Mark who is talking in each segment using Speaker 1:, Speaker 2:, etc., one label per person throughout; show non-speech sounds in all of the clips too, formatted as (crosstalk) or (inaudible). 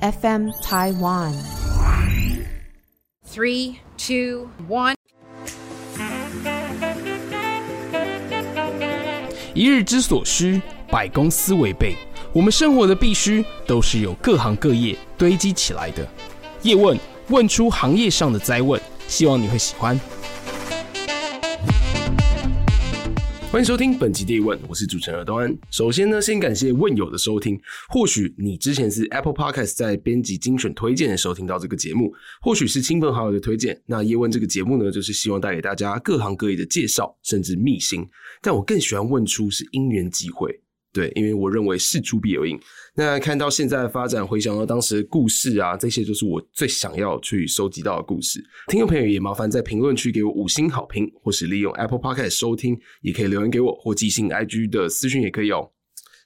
Speaker 1: FM Taiwan。
Speaker 2: Three, two, one.
Speaker 3: 一日之所需，百公司为备。我们生活的必须，都是由各行各业堆积起来的。叶问问出行业上的灾问，希望你会喜欢。欢迎收听本期《第一问》，我是主持人尔东安。首先呢，先感谢问友的收听。或许你之前是 Apple Podcast 在编辑精选推荐的时候听到这个节目，或许是亲朋好友的推荐。那叶问这个节目呢，就是希望带给大家各行各业的介绍，甚至秘辛。但我更喜欢问出是因缘际会，对，因为我认为事出必有因。那看到现在的发展，回想到当时的故事啊，这些就是我最想要去收集到的故事。听众朋友也麻烦在评论区给我五星好评，或是利用 Apple Podcast 收听，也可以留言给我，或寄信 IG 的私讯也可以哦。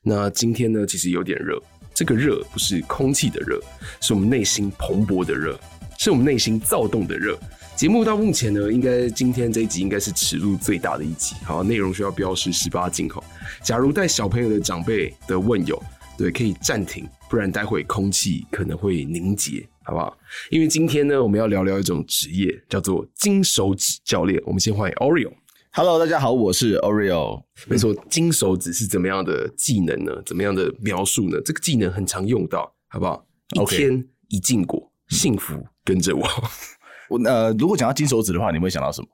Speaker 3: 那今天呢，其实有点热，这个热不是空气的热，是我们内心蓬勃的热，是我们内心躁动的热。节目到目前呢，应该今天这一集应该是尺度最大的一集，好，内容需要标示十八禁吼。假如带小朋友的长辈的问友，对，可以暂停，不然待会空气可能会凝结，好不好？因为今天呢，我们要聊聊一种职业，叫做金手指教练。我们先欢迎 Oreo。
Speaker 4: Hello，大家好，我是 Oreo。
Speaker 3: 没错，金手指是怎么样的技能呢？怎么样的描述呢？这个技能很常用到，好不好？一
Speaker 4: OK
Speaker 3: 天一禁果，幸福跟着我。
Speaker 4: 我呃，如果讲到金手指的话，你会想到什么？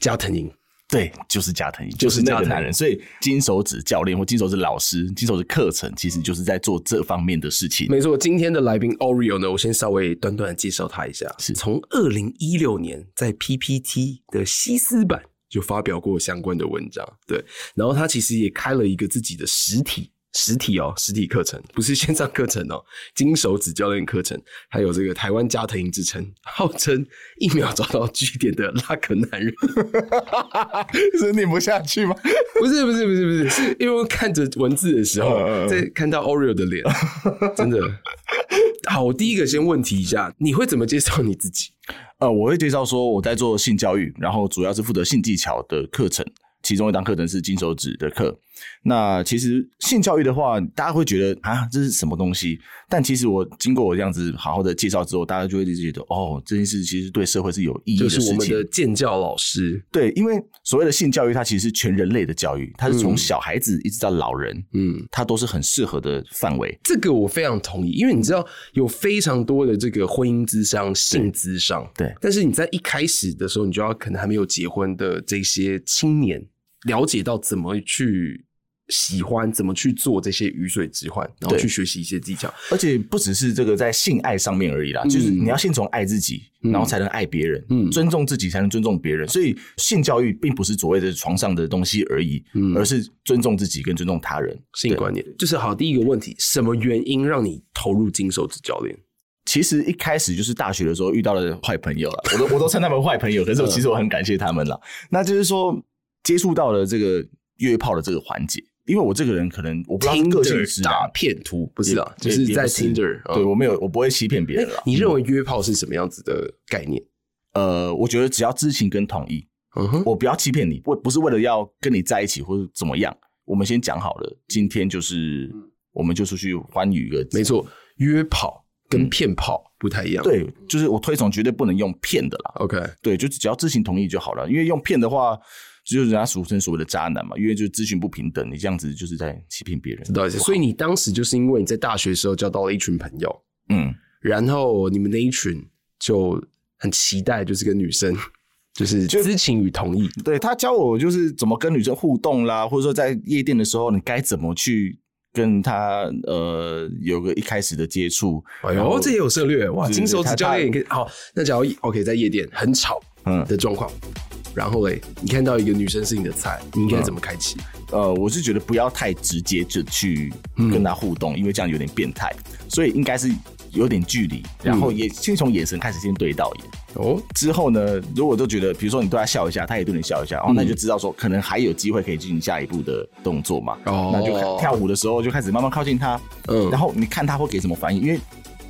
Speaker 3: 加藤鹰，
Speaker 4: 对，就是加藤鹰，
Speaker 3: 就
Speaker 4: 就是是
Speaker 3: 加
Speaker 4: 那
Speaker 3: 藤
Speaker 4: 个男人。所以金手指教练或金手指老师、金手指课程，其实就是在做这方面的事情。
Speaker 3: 没错，今天的来宾 Oreo 呢，我先稍微短短的介绍他一下，
Speaker 4: 是
Speaker 3: 从二零一六年在 PPT 的西斯版就发表过相关的文章，对，然后他其实也开了一个自己的实体。实体哦，实体课程不是线上课程哦，金手指教练课程，还有这个台湾加藤鹰之称，号称一秒找到据点的拉肯男人。
Speaker 4: (laughs)
Speaker 3: (laughs)
Speaker 4: 是念不下去吗？
Speaker 3: 不是不是不是不是，
Speaker 4: (laughs)
Speaker 3: 是因为我看着文字的时候
Speaker 4: 嗯嗯，嗯
Speaker 3: 在看到 Oreo 的
Speaker 4: (laughs)
Speaker 3: 脸，真的。好，我第一个先问题一下，你会怎么介绍你自己？
Speaker 4: 呃，我会介绍说我在做性教育，然后主要是负责性技巧的课程，其中一堂课程是金手指的课。那其实性教育的话，大家会觉得啊，这是什么东西？但其实我经过我这样子好好的介绍之后，大家就会一直觉得哦，这件事其实对社会是有意义
Speaker 3: 就
Speaker 4: 的
Speaker 3: 是
Speaker 4: 事
Speaker 3: 我
Speaker 4: 情。
Speaker 3: 们的建教老师，
Speaker 4: 对，因为所谓的性教育，它其实是全人类的教育，它是
Speaker 3: 嗯
Speaker 4: 从小孩子一直到老人，
Speaker 3: 嗯，
Speaker 4: 它都是很适合的范围。
Speaker 3: 这个我非常同意，因为你知道有非常多的这个婚姻之商、性之商，
Speaker 4: 对
Speaker 3: 但是你在一开始的时候，你就要可能还没有结婚的这些青年，了解到怎么去喜欢，怎么去做这些鱼水之欢，然后
Speaker 4: 对
Speaker 3: 去学习一些技巧。
Speaker 4: 而且不只是这个在性爱上面而已啦，
Speaker 3: 嗯
Speaker 4: 就是你要先从爱自己，
Speaker 3: 嗯
Speaker 4: 然后才能爱别人，
Speaker 3: 嗯
Speaker 4: 尊重自己才能尊重别人。所以性教育并不是所谓的床上的东西而已，
Speaker 3: 嗯
Speaker 4: 而是尊重自己跟尊重他人。
Speaker 3: 性观念。就是好，第一个问题，什么原因让你投入金手指教练？
Speaker 4: 其实一开始就是大学的时候遇到的坏朋友了，我都我都称他们坏
Speaker 3: (laughs)
Speaker 4: 朋友，可是
Speaker 3: 嗯
Speaker 4: 我其实我很感谢他们了。那就是说接触到了这个约炮的这个环节，因为我这个人可能我不知道是个性
Speaker 3: Tinder
Speaker 4: 使
Speaker 3: 打
Speaker 4: 然，
Speaker 3: 骗图不是啦，就
Speaker 4: 也
Speaker 3: 是
Speaker 4: 也
Speaker 3: 在
Speaker 4: 不是
Speaker 3: Tinder 啊
Speaker 4: 对我没有我不会欺骗别人了。
Speaker 3: 你认为约炮是什么样子的概念？
Speaker 4: 呃，我觉得只要知情跟同意，
Speaker 3: 嗯哼，
Speaker 4: 我不要欺骗你，我不是为了要跟你在一起或者怎么样。我们先讲好了，今天就是我们就出去欢愉个，
Speaker 3: 嗯没错，约炮跟
Speaker 4: 嗯
Speaker 3: 骗炮不太一样。
Speaker 4: 对，就是我推崇绝对不能用骗的啦，
Speaker 3: ，OK，
Speaker 4: 对，就只要知情同意就好了，因为用骗的话，就是人家俗称所谓的渣男嘛，因为就是资讯不平等，你这样子就是在欺骗别人，
Speaker 3: 知道意思。所以你当时就是因为你在大学的时候交到了一群朋友，
Speaker 4: 嗯，
Speaker 3: 然后你们那一群就很期待，就是跟女生就是
Speaker 4: 就
Speaker 3: 知情与同意。
Speaker 4: 对他教我就是怎么跟女生互动啦，或者说在夜店的时候你该怎么去跟她呃有个一开始的接触。
Speaker 3: 哎
Speaker 4: 然
Speaker 3: 呦，
Speaker 4: 后
Speaker 3: 这也有策略哇！
Speaker 4: 对对
Speaker 3: 金手
Speaker 4: 他
Speaker 3: 指教
Speaker 4: 他
Speaker 3: 练也可以。好，那假如 OK 在夜店很吵，
Speaker 4: 嗯
Speaker 3: 的状况，然后嘞，你看到一个女生是你的菜，你
Speaker 4: 嗯
Speaker 3: 应该怎么开启？
Speaker 4: 呃，我是觉得不要太直接就去
Speaker 3: 嗯
Speaker 4: 跟她互动，因为这样有点变态，所以应该是有点距离，然
Speaker 3: 嗯
Speaker 4: 后也先从眼神开始先对到眼。
Speaker 3: 哦，
Speaker 4: 之后呢，如果都觉得，比如说你对他笑一下，他也对你笑一下，哦，那你就知道说可能还有机会可以进行下一步的动作嘛。
Speaker 3: 嗯哦
Speaker 4: 那就开跳舞的时候就开始慢慢靠近他，
Speaker 3: 嗯
Speaker 4: 然后你看他会给什么反应，因为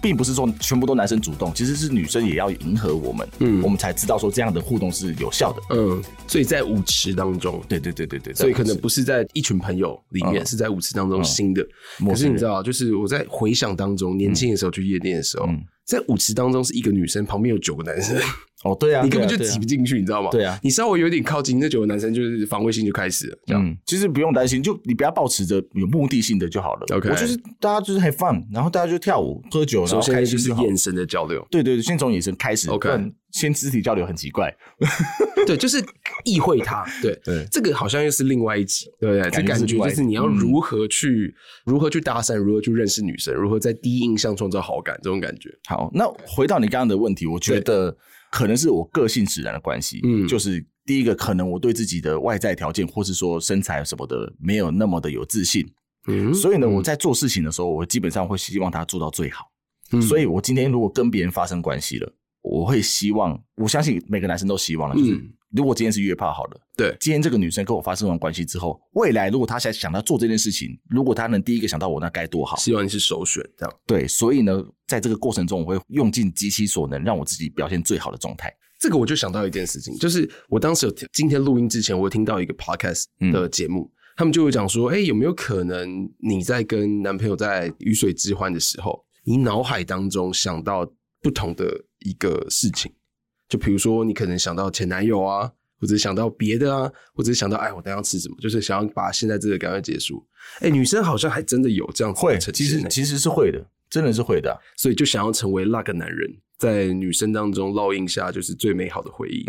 Speaker 4: 并不是说全部都男生主动，其实是女生也要迎合我们，
Speaker 3: 嗯
Speaker 4: 我们才知道说这样的互动是有效的。
Speaker 3: 嗯，所以在舞池当中，
Speaker 4: 对对对对对，
Speaker 3: 所以
Speaker 4: 这样
Speaker 3: 可能
Speaker 4: 子
Speaker 3: 不是在一群朋友里面，
Speaker 4: 嗯
Speaker 3: 是在舞池当中
Speaker 4: 嗯
Speaker 3: 新的。可
Speaker 4: 陌
Speaker 3: 是
Speaker 4: 生
Speaker 3: 你
Speaker 4: 人
Speaker 3: 知道，就是我在回想当中，年轻的时候去夜店的时候
Speaker 4: 嗯，
Speaker 3: 在舞池当中是一个女生，旁边有九个男生，
Speaker 4: 哦，对啊，
Speaker 3: 你根本就
Speaker 4: 对啊对啊
Speaker 3: 挤不进去，你知道吗？
Speaker 4: 对啊
Speaker 3: 你稍微有点靠近，那九个男生就是防卫心就开始了，这样。
Speaker 4: 嗯，其实不用担心，就你不要抱持着有目的性的就好了。
Speaker 3: OK
Speaker 4: 我就是大家就是 have fun，然后大家就跳舞、喝酒，然
Speaker 3: 首
Speaker 4: 后
Speaker 3: 先
Speaker 4: 嗯开
Speaker 3: 就
Speaker 4: 心
Speaker 3: 是
Speaker 4: 就好。
Speaker 3: 眼神的交流，
Speaker 4: 对对对，先从眼神开始
Speaker 3: OK
Speaker 4: 不然先肢体交流很奇怪。 (laughs)
Speaker 3: 对，就是意会他，对
Speaker 4: 对
Speaker 3: 这个好像又是另外一集，对不对？这
Speaker 4: 感觉
Speaker 3: 感
Speaker 4: 是
Speaker 3: 觉
Speaker 4: 另外
Speaker 3: 就
Speaker 4: 一集嗯
Speaker 3: 是你要如何去、如何去搭讪，如何去认识女生，如何在第一印象创造好感，这种感觉。
Speaker 4: 好，那回到你刚刚的问题，我觉得可能是我个性使然的关系。
Speaker 3: 嗯
Speaker 4: 就是第一个，可能我对自己的外在条件或是说身材什么的没有那么的有自信，
Speaker 3: 嗯
Speaker 4: 所以呢，我在做事情的时候，我基本上会希望他做到最好。
Speaker 3: 以
Speaker 4: 所以我今天如果跟别人发生关系了，我会希望，我相信每个男生都希望了，就是
Speaker 3: 嗯
Speaker 4: 如果今天是约炮好了，
Speaker 3: 对
Speaker 4: 今天这个女生跟我发生完关系之后，未来如果她想想要做这件事情，如果她能第一个想到我，那该多好。
Speaker 3: 希望你是首选，这样。
Speaker 4: 对，所以呢，在这个过程中，我会用尽极其所能，让我自己表现最好的状态。
Speaker 3: 这个我就想到一件事情，就是我当时有听今天录音之前，我有听到一个 podcast
Speaker 4: 嗯
Speaker 3: 的节目，他们就有讲说，哎、有没有可能你在跟男朋友在鱼水之欢的时候，你脑海当中想到不同的一个事情，就比如说你可能想到前男友啊，或者想到别的啊，或者想到哎，我等一下吃什么，就是想要把现在这个赶快结束。哎、女生好像还真的有这样子的呈
Speaker 4: 其
Speaker 3: 现
Speaker 4: 实
Speaker 3: 欸
Speaker 4: 其实是会的，真的是会的啊、
Speaker 3: 所以就想要成为那个男人，在女生当中烙印下就是最美好的回忆。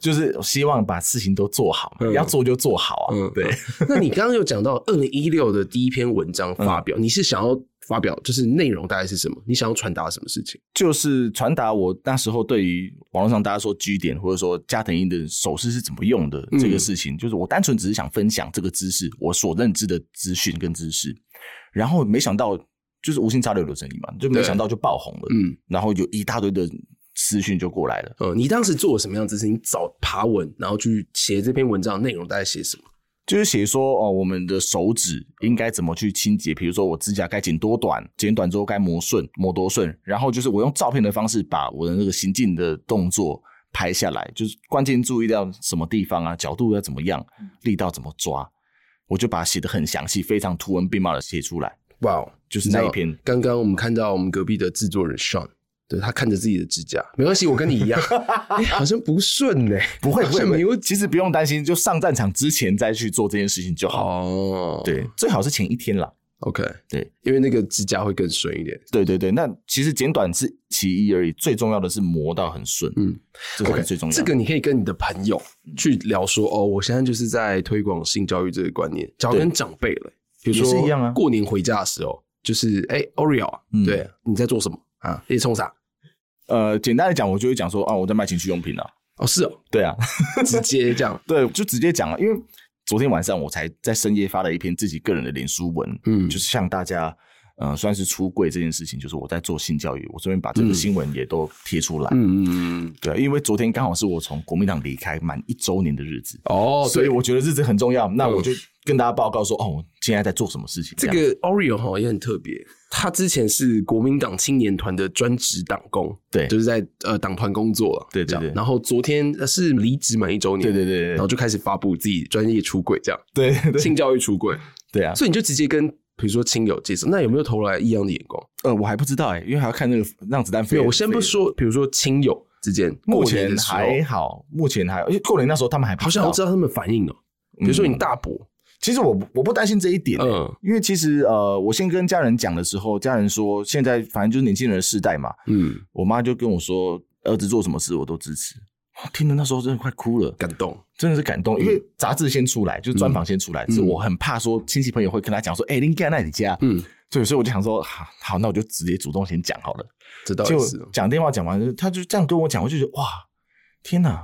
Speaker 4: 就是希望把事情都做好，
Speaker 3: 嗯
Speaker 4: 要做就做好啊。
Speaker 3: 嗯
Speaker 4: 对，
Speaker 3: 那你刚刚有讲到二零一六的第一篇文章
Speaker 4: 嗯
Speaker 3: 发表，你是想要发表就是内容大概是什么？你想要传达什么事情？
Speaker 4: (laughs) 就是传达我那时候对于网络上大家说 G 点或者说加藤鹰的手势是怎么用的
Speaker 3: 嗯
Speaker 4: 这个事情，就是我单纯只是想分享这个知识，我所认知的资讯跟知识，然后没想到就是无心插柳柳成荫嘛，就没
Speaker 3: 对
Speaker 4: 想到就爆红了，
Speaker 3: 嗯，
Speaker 4: 然后有一大堆的私讯就过来了，
Speaker 3: 呃，你当时做了什么样子？是你找爬文，然后去写这篇文章的内容大概写什么？
Speaker 4: 就是写说哦，我们的手指应该怎么去清洁，比如说我指甲该剪多短，剪短之后该磨顺，磨多顺，然后就是我用照片的方式把我的那个行进的动作拍下来，就是关键注意到什么地方啊，角度要怎么样，力道怎么抓，我就把它写的很详细，非常图文并茂的写出来，
Speaker 3: 哇、哦，
Speaker 4: 就是那一篇。
Speaker 3: 刚刚我们看到我们隔壁的制作人 Sean。对他看着自己的指甲，没关系，我跟你一
Speaker 4: (laughs)
Speaker 3: 样，哎好像不顺呢、
Speaker 4: 不会
Speaker 3: 好
Speaker 4: 不会
Speaker 3: 像
Speaker 4: 不
Speaker 3: 没有
Speaker 4: 会，其实不用担心，就上战场之前再去做这件事情就好。
Speaker 3: 哦，
Speaker 4: 对，最好是前一天啦。
Speaker 3: ，OK，
Speaker 4: 对，
Speaker 3: 因为那个指甲会更顺一点。
Speaker 4: 对对对，那其实剪短是其一而已，最重要的是磨到很顺，
Speaker 3: 嗯
Speaker 4: 嗯，这才
Speaker 3: OK，
Speaker 4: 是最重要的。嗯
Speaker 3: 这个你可以跟你的朋友去聊说，哦，我现在就是在推广性教育这个观念，只要
Speaker 4: 对
Speaker 3: 跟长辈了，比如
Speaker 4: 也
Speaker 3: 说
Speaker 4: 是一样啊
Speaker 3: 过年回家的时候，就是哎，Oreo，啊
Speaker 4: 嗯
Speaker 3: 对，你在做什么啊？你在冲啥？
Speaker 4: 呃，简单的讲，我就会讲说啊，我在卖情趣用品啊，
Speaker 3: 哦，是哦， (laughs)
Speaker 4: 对啊，，
Speaker 3: 直接这样
Speaker 4: 对，就直接讲了，啊因为昨天晚上我才在深夜发了一篇自己个人的脸书文，
Speaker 3: 嗯
Speaker 4: 就是向大家。呃，算是出柜这件事情，就是我在做性教育，我这边把这个新闻也都贴出来。
Speaker 3: 嗯嗯嗯嗯，
Speaker 4: 对啊，因为昨天刚好是我从国民党离开满一周年的日子，
Speaker 3: 哦，
Speaker 4: 所以
Speaker 3: 对
Speaker 4: 我觉得日子很重要。那
Speaker 3: 嗯
Speaker 4: 我就跟大家报告说，哦，我现在在做什么事情。
Speaker 3: 这
Speaker 4: 样
Speaker 3: 个 Oreo 哈也很特别。他之前是国民党青年团的专职党工，
Speaker 4: 对
Speaker 3: 就是在呃党团工作了，
Speaker 4: 对对
Speaker 3: 这样
Speaker 4: 对
Speaker 3: 然后昨天呃是离职满一周年，
Speaker 4: 对对对对对
Speaker 3: 然后就开始发布自己专业出轨，这样
Speaker 4: 对对对
Speaker 3: 性教育出轨，
Speaker 4: 对啊，
Speaker 3: 所以你就直接跟比如说亲友介绍，那有没有投来异样的眼光？
Speaker 4: 呃，我还不知道哎、因为还要看那个让子弹飞。
Speaker 3: 没有，我先不
Speaker 4: 飞，
Speaker 3: 说，比如说亲友之间，
Speaker 4: 目
Speaker 3: 过年
Speaker 4: 前
Speaker 3: 的时候
Speaker 4: 还好，目前还好，因为过年那时候他们还不
Speaker 3: 好像我知
Speaker 4: 道。
Speaker 3: 道他们反应哦、
Speaker 4: 嗯
Speaker 3: 比如说你大伯，
Speaker 4: 其实我不我不担心这一点、欸，
Speaker 3: 嗯
Speaker 4: 因为其实呃，我先跟家人讲的时候，家人说现在反正就是年轻人的世代嘛，
Speaker 3: 嗯，
Speaker 4: 我妈就跟我说，儿子做什么事我都支持。哇听了那时候真的快哭了，
Speaker 3: 感动，
Speaker 4: 真的是感动，因
Speaker 3: 嗯
Speaker 4: 为杂志先出来，就是专访先出来，是我很怕说亲戚朋友会跟他讲说，哎、林干在你家，
Speaker 3: 嗯，
Speaker 4: 对，所以我就想说，好，好，那我就直接主动先讲好了。
Speaker 3: 这倒
Speaker 4: 就
Speaker 3: 也是哦，
Speaker 4: 讲电话讲完，他就这样跟我讲，我就觉得哇，天哪，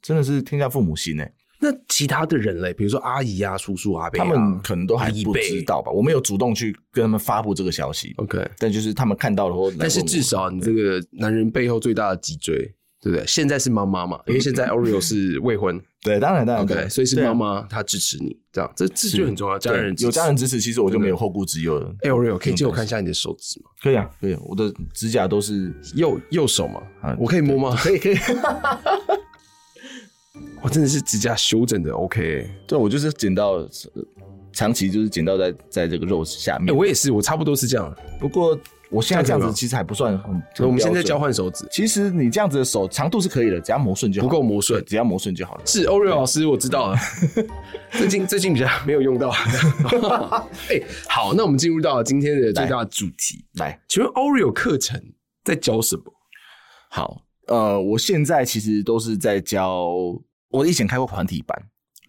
Speaker 4: 真的是天下父母心哎、
Speaker 3: 那其他的人嘞，比如说阿姨啊、叔叔、阿伯、
Speaker 4: 他
Speaker 3: 啊，
Speaker 4: 们可能都还
Speaker 3: 阿姨
Speaker 4: 不
Speaker 3: 辈
Speaker 4: 知道吧，我没有主动去跟他们发布这个消息，
Speaker 3: OK，
Speaker 4: 但就是他们看到了后，
Speaker 3: 但是至少你这个男人背后最大的脊椎对不对？现在是妈妈嘛，因为现在 Oreo 是未
Speaker 4: (laughs)
Speaker 3: 婚
Speaker 4: 对，当然当然
Speaker 3: ，OK，
Speaker 4: 对
Speaker 3: 所以是
Speaker 4: 嗯对
Speaker 3: 妈
Speaker 4: 啊
Speaker 3: 妈她支持你，这样这这
Speaker 4: 是
Speaker 3: 就很重要，家人
Speaker 4: 对有家人支持，其实我就
Speaker 3: 真的
Speaker 4: 没有后顾之忧了。
Speaker 3: 哎，Oreo 可以借我看一下你的手指吗？
Speaker 4: 可以啊，可以，我的指甲都是
Speaker 3: 右右手嘛
Speaker 4: 啊，
Speaker 3: 我可以摸吗？
Speaker 4: 可以可以。
Speaker 3: (laughs) 我真的是指甲修整的 OK，欸
Speaker 4: 对，我就是剪到呃长期就是剪到在在这个肉下
Speaker 3: 哎，
Speaker 4: 面。
Speaker 3: 我也是，我差不多是这样。
Speaker 4: 不过我现在这样
Speaker 3: 这样可以
Speaker 4: 子
Speaker 3: 吗
Speaker 4: 其实还不算很，
Speaker 3: 所以我们现在交
Speaker 4: 换。
Speaker 3: 换手指，
Speaker 4: 其实你这样子的手长度是可以的，只要磨顺就好，
Speaker 3: 不够磨顺
Speaker 4: 对只要磨顺就好了。
Speaker 3: 是 Oreo 老师，我知道 (laughs) 了。最近最近比较没有 (laughs) 用到。哎、好，那我们进入到今天的最大的主题。
Speaker 4: 来，
Speaker 3: 请问 Oreo 课程在教什么？
Speaker 4: 好，呃，我现在其实都是在教，我以前开过团体班，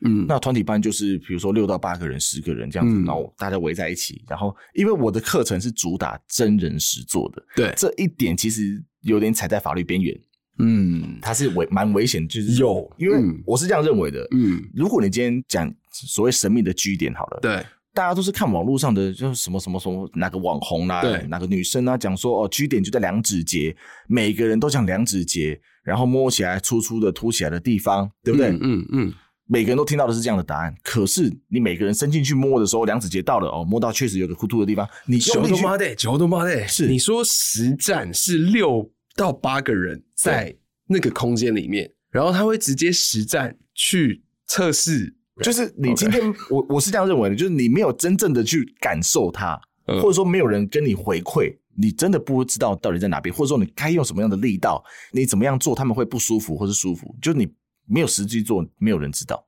Speaker 3: 嗯，
Speaker 4: 那团体班就是比如说六到八个人、十个人这样子，
Speaker 3: 嗯
Speaker 4: 然后大家围在一起，然后因为我的课程是主打真人实做的，
Speaker 3: 对，
Speaker 4: 这一点其实有点踩在法律边缘，
Speaker 3: 嗯
Speaker 4: 它是危蛮危险，就是
Speaker 3: 有
Speaker 4: 因为
Speaker 3: 嗯
Speaker 4: 我是这样认为的。
Speaker 3: 嗯，
Speaker 4: 如果你今天讲所谓神秘的据点好了，
Speaker 3: 对，
Speaker 4: 大家都是看网络上的，就是什么什么什么哪个网红啦、
Speaker 3: 对
Speaker 4: 哪个女生啊，讲说哦，居点就在两指节，每个人都讲两指节，然后摸起来粗粗的凸起来的地方，对不对？
Speaker 3: 嗯嗯，
Speaker 4: 每个人都听到的是这样的答案，可是你每个人伸进去摸的时候，两指节到了哦，摸到确实有个突突的地方，你
Speaker 3: 九
Speaker 4: 用力
Speaker 3: 多
Speaker 4: 去
Speaker 3: 妈的，九多妈的，
Speaker 4: 是
Speaker 3: 你说实战是六到八个人在那个空间里面，然后他会直接实战去测试，
Speaker 4: 就是你今天我我是这样认为的，就是你没有真正的去感受它，
Speaker 3: 嗯
Speaker 4: 或者说没有人跟你回馈，你真的不知道到底在哪边，或者说你该用什么样的力道，你怎么样做他们会不舒服或是舒服，就是你没有实际做，没有人知道。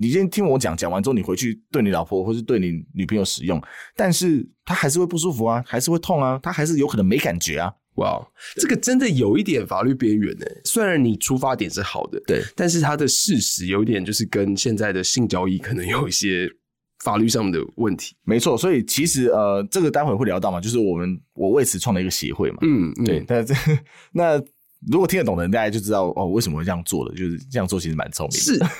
Speaker 4: 你今天听我讲，讲完之后你回去对你老婆或是对你女朋友使用，但是她还是会不舒服啊，还是会痛啊，她还是有可能没感觉啊。
Speaker 3: 哇，这个真的有一点法律边缘呢。虽然你出发点是好的，
Speaker 4: 对，
Speaker 3: 但是它的事实有一点就是跟现在的性交易可能有一些法律上的问题。
Speaker 4: 没错，所以其实呃，这个待会会聊到嘛，就是我们我为此创了一个协会嘛，
Speaker 3: 嗯，嗯
Speaker 4: 对，，但这 (laughs) 那如果听得懂的人，大家就知道哦，为什么会这样做的，就是这样做其实蛮聪明
Speaker 3: (laughs)
Speaker 4: 的。
Speaker 3: 是。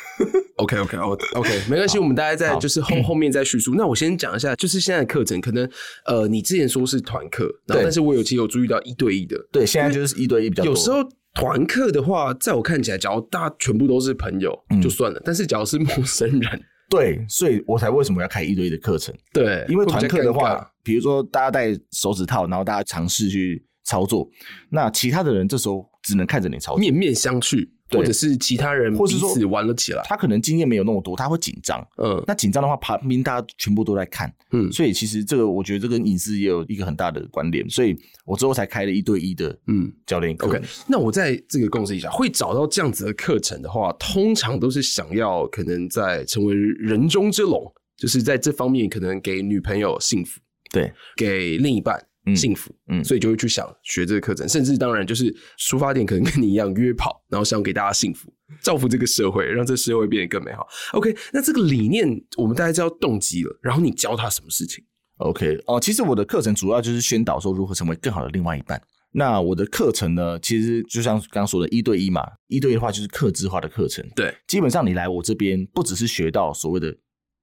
Speaker 3: OK OK OK OK，没关哦系，我们大家在
Speaker 4: 好嗯
Speaker 3: 就是后后面再叙述。那我先讲一下，就是现在的课程，可能呃，你之前说是团课，然后
Speaker 4: 对
Speaker 3: 但是我有其实有注意到一对一的，
Speaker 4: 对，现在就是一对一比较多。
Speaker 3: 有时候团课的话，在我看起来，假如大家全部都是朋友、
Speaker 4: 嗯
Speaker 3: 就算了，但是假如是陌生人，
Speaker 4: 对，所以我才为什么要开 (laughs) 一对一的课程，
Speaker 3: 对，
Speaker 4: 因为
Speaker 3: 会比较
Speaker 4: 团课的
Speaker 3: 尴尬
Speaker 4: 话，比如说大家戴手指套，然后大家尝试去操作，
Speaker 3: 嗯
Speaker 4: 那其他的人这时候只能看着你操作，
Speaker 3: 面面相觑，
Speaker 4: 哦对
Speaker 3: 或者是其他人
Speaker 4: 或
Speaker 3: 彼
Speaker 4: 是说
Speaker 3: 此玩了起来。
Speaker 4: 他可能经验没有那么多，他会紧张。
Speaker 3: 嗯
Speaker 4: 那紧张的话，旁边大家全部都在看，
Speaker 3: 嗯
Speaker 4: 所以其实这个我觉得这跟隐私也有一个很大的关联，所以我之后才开了一对一的
Speaker 3: 嗯
Speaker 4: 教练课。
Speaker 3: ，OK。那我在这个共识一下，会找到这样子的课程的话，通常都是想要可能在成为人中之龙，就是在这方面可能给女朋友幸福，
Speaker 4: 对，
Speaker 3: 给另一半
Speaker 4: 嗯
Speaker 3: 幸福，
Speaker 4: 嗯
Speaker 3: 所以就会去想学这个课程，甚至当然就是出发点可能跟你一样约跑，然后想给大家幸福，造福这个社会，让这社会变得更美好。OK，那这个理念我们大概知道动机了，然后你教他什么事情？
Speaker 4: OK，哦，其实我的课程主要就是宣导说如何成为更好的另外一半。那我的课程呢，其实就像刚刚说的，一对一嘛，一对一的话就是客制化的课程。
Speaker 3: 对，
Speaker 4: 基本上你来我这边，不只是学到所谓的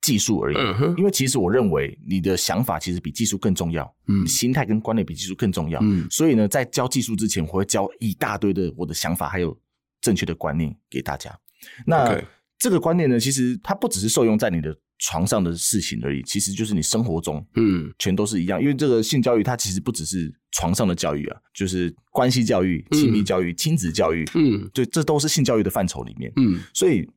Speaker 4: 技术而已，
Speaker 3: 嗯哼
Speaker 4: 因为其实我认为你的想法其实比技术更重要，
Speaker 3: 嗯
Speaker 4: 心态跟观念比技术更重要。
Speaker 3: 嗯
Speaker 4: 所以呢，在教技术之前，我会教一大堆的我的想法，还有正确的观念给大家。那
Speaker 3: OK
Speaker 4: 这个观念呢，其实它不只是受用在你的床上的事情而已，其实就是你生活中
Speaker 3: 嗯。
Speaker 4: 全都是一样。因为这个性教育它其实不只是床上的教育啊，就是关系教育、
Speaker 3: 嗯
Speaker 4: 亲密教育、亲子教育，
Speaker 3: 嗯
Speaker 4: 对，这都是性教育的范畴里面。
Speaker 3: 嗯
Speaker 4: 所以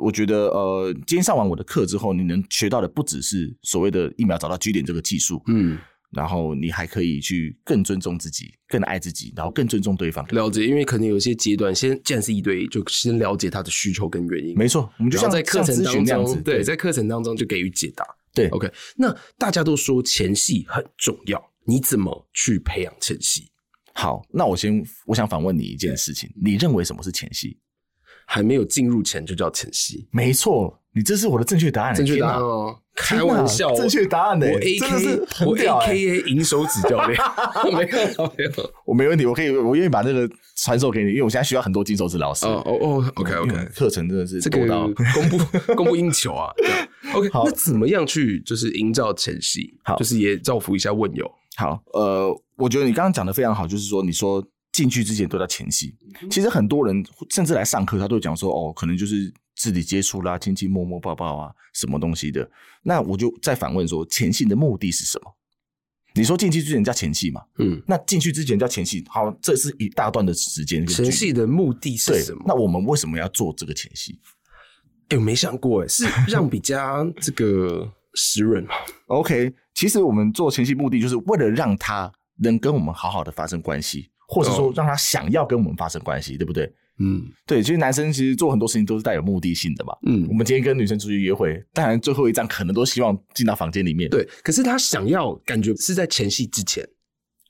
Speaker 4: 我觉得，呃，今天上完我的课之后，你能学到的不只是所谓的疫苗找到据点这个技术，
Speaker 3: 嗯，
Speaker 4: 然后你还可以去更尊重自己、更爱自己，然后更尊重对方。
Speaker 3: 了解，因为可能有一些阶段，先既然是一对一，就先了解他的需求跟原因。
Speaker 4: 没错，我们就
Speaker 3: 然后
Speaker 4: 像
Speaker 3: 在课程
Speaker 4: 像咨
Speaker 3: 当
Speaker 4: 询那样
Speaker 3: 中，
Speaker 4: 子，
Speaker 3: 对，在课程当中就给予解答。
Speaker 4: 对
Speaker 3: OK，那大家都说前戏很重要，你怎么去培养前戏？
Speaker 4: 好，那我先我想反问你一件事情，你认为什么是前戏？
Speaker 3: 还没有进入前就叫前戏，
Speaker 4: 没错，你这是我的正确答案，欸
Speaker 3: 正确
Speaker 4: 天
Speaker 3: 答
Speaker 4: 哪
Speaker 3: 案哦，
Speaker 4: 哎天
Speaker 3: 开
Speaker 4: 哪
Speaker 3: 玩笑，
Speaker 4: 正确答案呢
Speaker 3: 我
Speaker 4: 真的
Speaker 3: A
Speaker 4: 是
Speaker 3: K
Speaker 4: 很
Speaker 3: 我
Speaker 4: 屌
Speaker 3: A
Speaker 4: 欸
Speaker 3: K A 银手指教
Speaker 4: (laughs)
Speaker 3: 练，没有没有，
Speaker 4: 我没问题，我可以，我愿意把这个传授给你，因为我现在需要很多金手指老师。
Speaker 3: 哦哦哦，OK
Speaker 4: 因为我
Speaker 3: OK，
Speaker 4: 们嗯课程真的是
Speaker 3: 这
Speaker 4: 多
Speaker 3: 个
Speaker 4: 到
Speaker 3: 公 (laughs) 布公布应求啊。这 (laughs) 样 OK，
Speaker 4: 好
Speaker 3: 那怎么样去就是营造前戏？
Speaker 4: 好
Speaker 3: 就是也造福一下问友。
Speaker 4: 好。呃，我觉得你刚刚讲的非常好，就是说你说进去之前都在前戏。其实很多人甚至来上课，他都会讲说哦，可能就是肢体接触啦、亲亲摸摸抱抱啊，什么东西的。那我就再反问说，前戏的目的是什么？你说进去之前叫前戏嘛？
Speaker 3: 嗯，
Speaker 4: 那进去之前叫前戏，好，这是一大段的时间。
Speaker 3: 前戏的目的
Speaker 4: 对
Speaker 3: 是什么？，
Speaker 4: 那我们为什么要做这个前戏
Speaker 3: 哎、我没想过，哎，是让比较这个湿润嘛？
Speaker 4: ？OK，其实我们做前戏目的就是为了让他能跟我们好好的发生关系，或者说
Speaker 3: 哦
Speaker 4: 让他想要跟我们发生关系，对不对？
Speaker 3: 嗯
Speaker 4: 对，其实男生其实做很多事情都是带有目的性的嘛。我
Speaker 3: 嗯，
Speaker 4: 们今天跟女生出去约会，当然最后一站可能都希望进到房间里面。，
Speaker 3: 对。可是他想要感觉是在前戏之前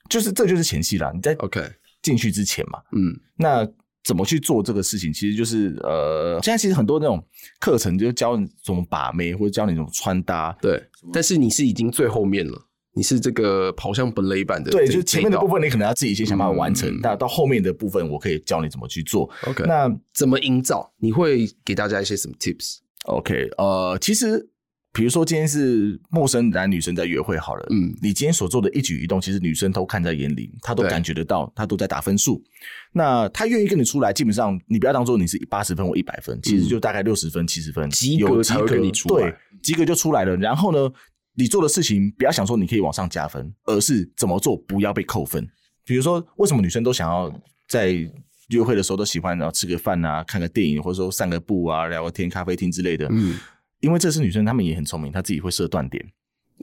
Speaker 4: 就是这就是前戏啦，你在
Speaker 3: ，OK，
Speaker 4: 进去之前嘛。
Speaker 3: 嗯
Speaker 4: 那怎么去做这个事情，其实就是呃，现在其实很多那种课程就教你怎么把妹，或者教你怎么穿搭。
Speaker 3: 对。但是你是已经最后面了，你是这个跑向本垒版的这，
Speaker 4: 对，就前面的
Speaker 3: 这一
Speaker 4: 部
Speaker 3: 道
Speaker 4: 分你可能要自己先想办法完成，
Speaker 3: 嗯
Speaker 4: 那、到后面的部分我可以教你怎么去做。
Speaker 3: OK，那
Speaker 4: 那
Speaker 3: 怎么营造？你会给大家一些什么 tips？
Speaker 4: OK，呃，其实比如说今天是陌生男女生在约会好了，
Speaker 3: 嗯
Speaker 4: 你今天所做的一举一动，其实女生都看在眼里，她都
Speaker 3: 对
Speaker 4: 感觉得到，她都在打分数。那她愿意跟你出来，基本上你不要当做你是八十分或一百分，其实就大概六十分、七十分，
Speaker 3: 嗯及格
Speaker 4: 有及
Speaker 3: 才会
Speaker 4: 格
Speaker 3: 跟你出来
Speaker 4: 对，及格就出来了。然后呢，你做的事情不要想说你可以往上加分，而是怎么做不要被扣分。比如说，为什么女生都想要在约会的时候都喜欢然后吃个饭啊、看个电影，或者说散个步啊、聊个天、咖啡厅之类的？
Speaker 3: 嗯，
Speaker 4: 因为这是女生，她们也很聪明，她自己会设断点。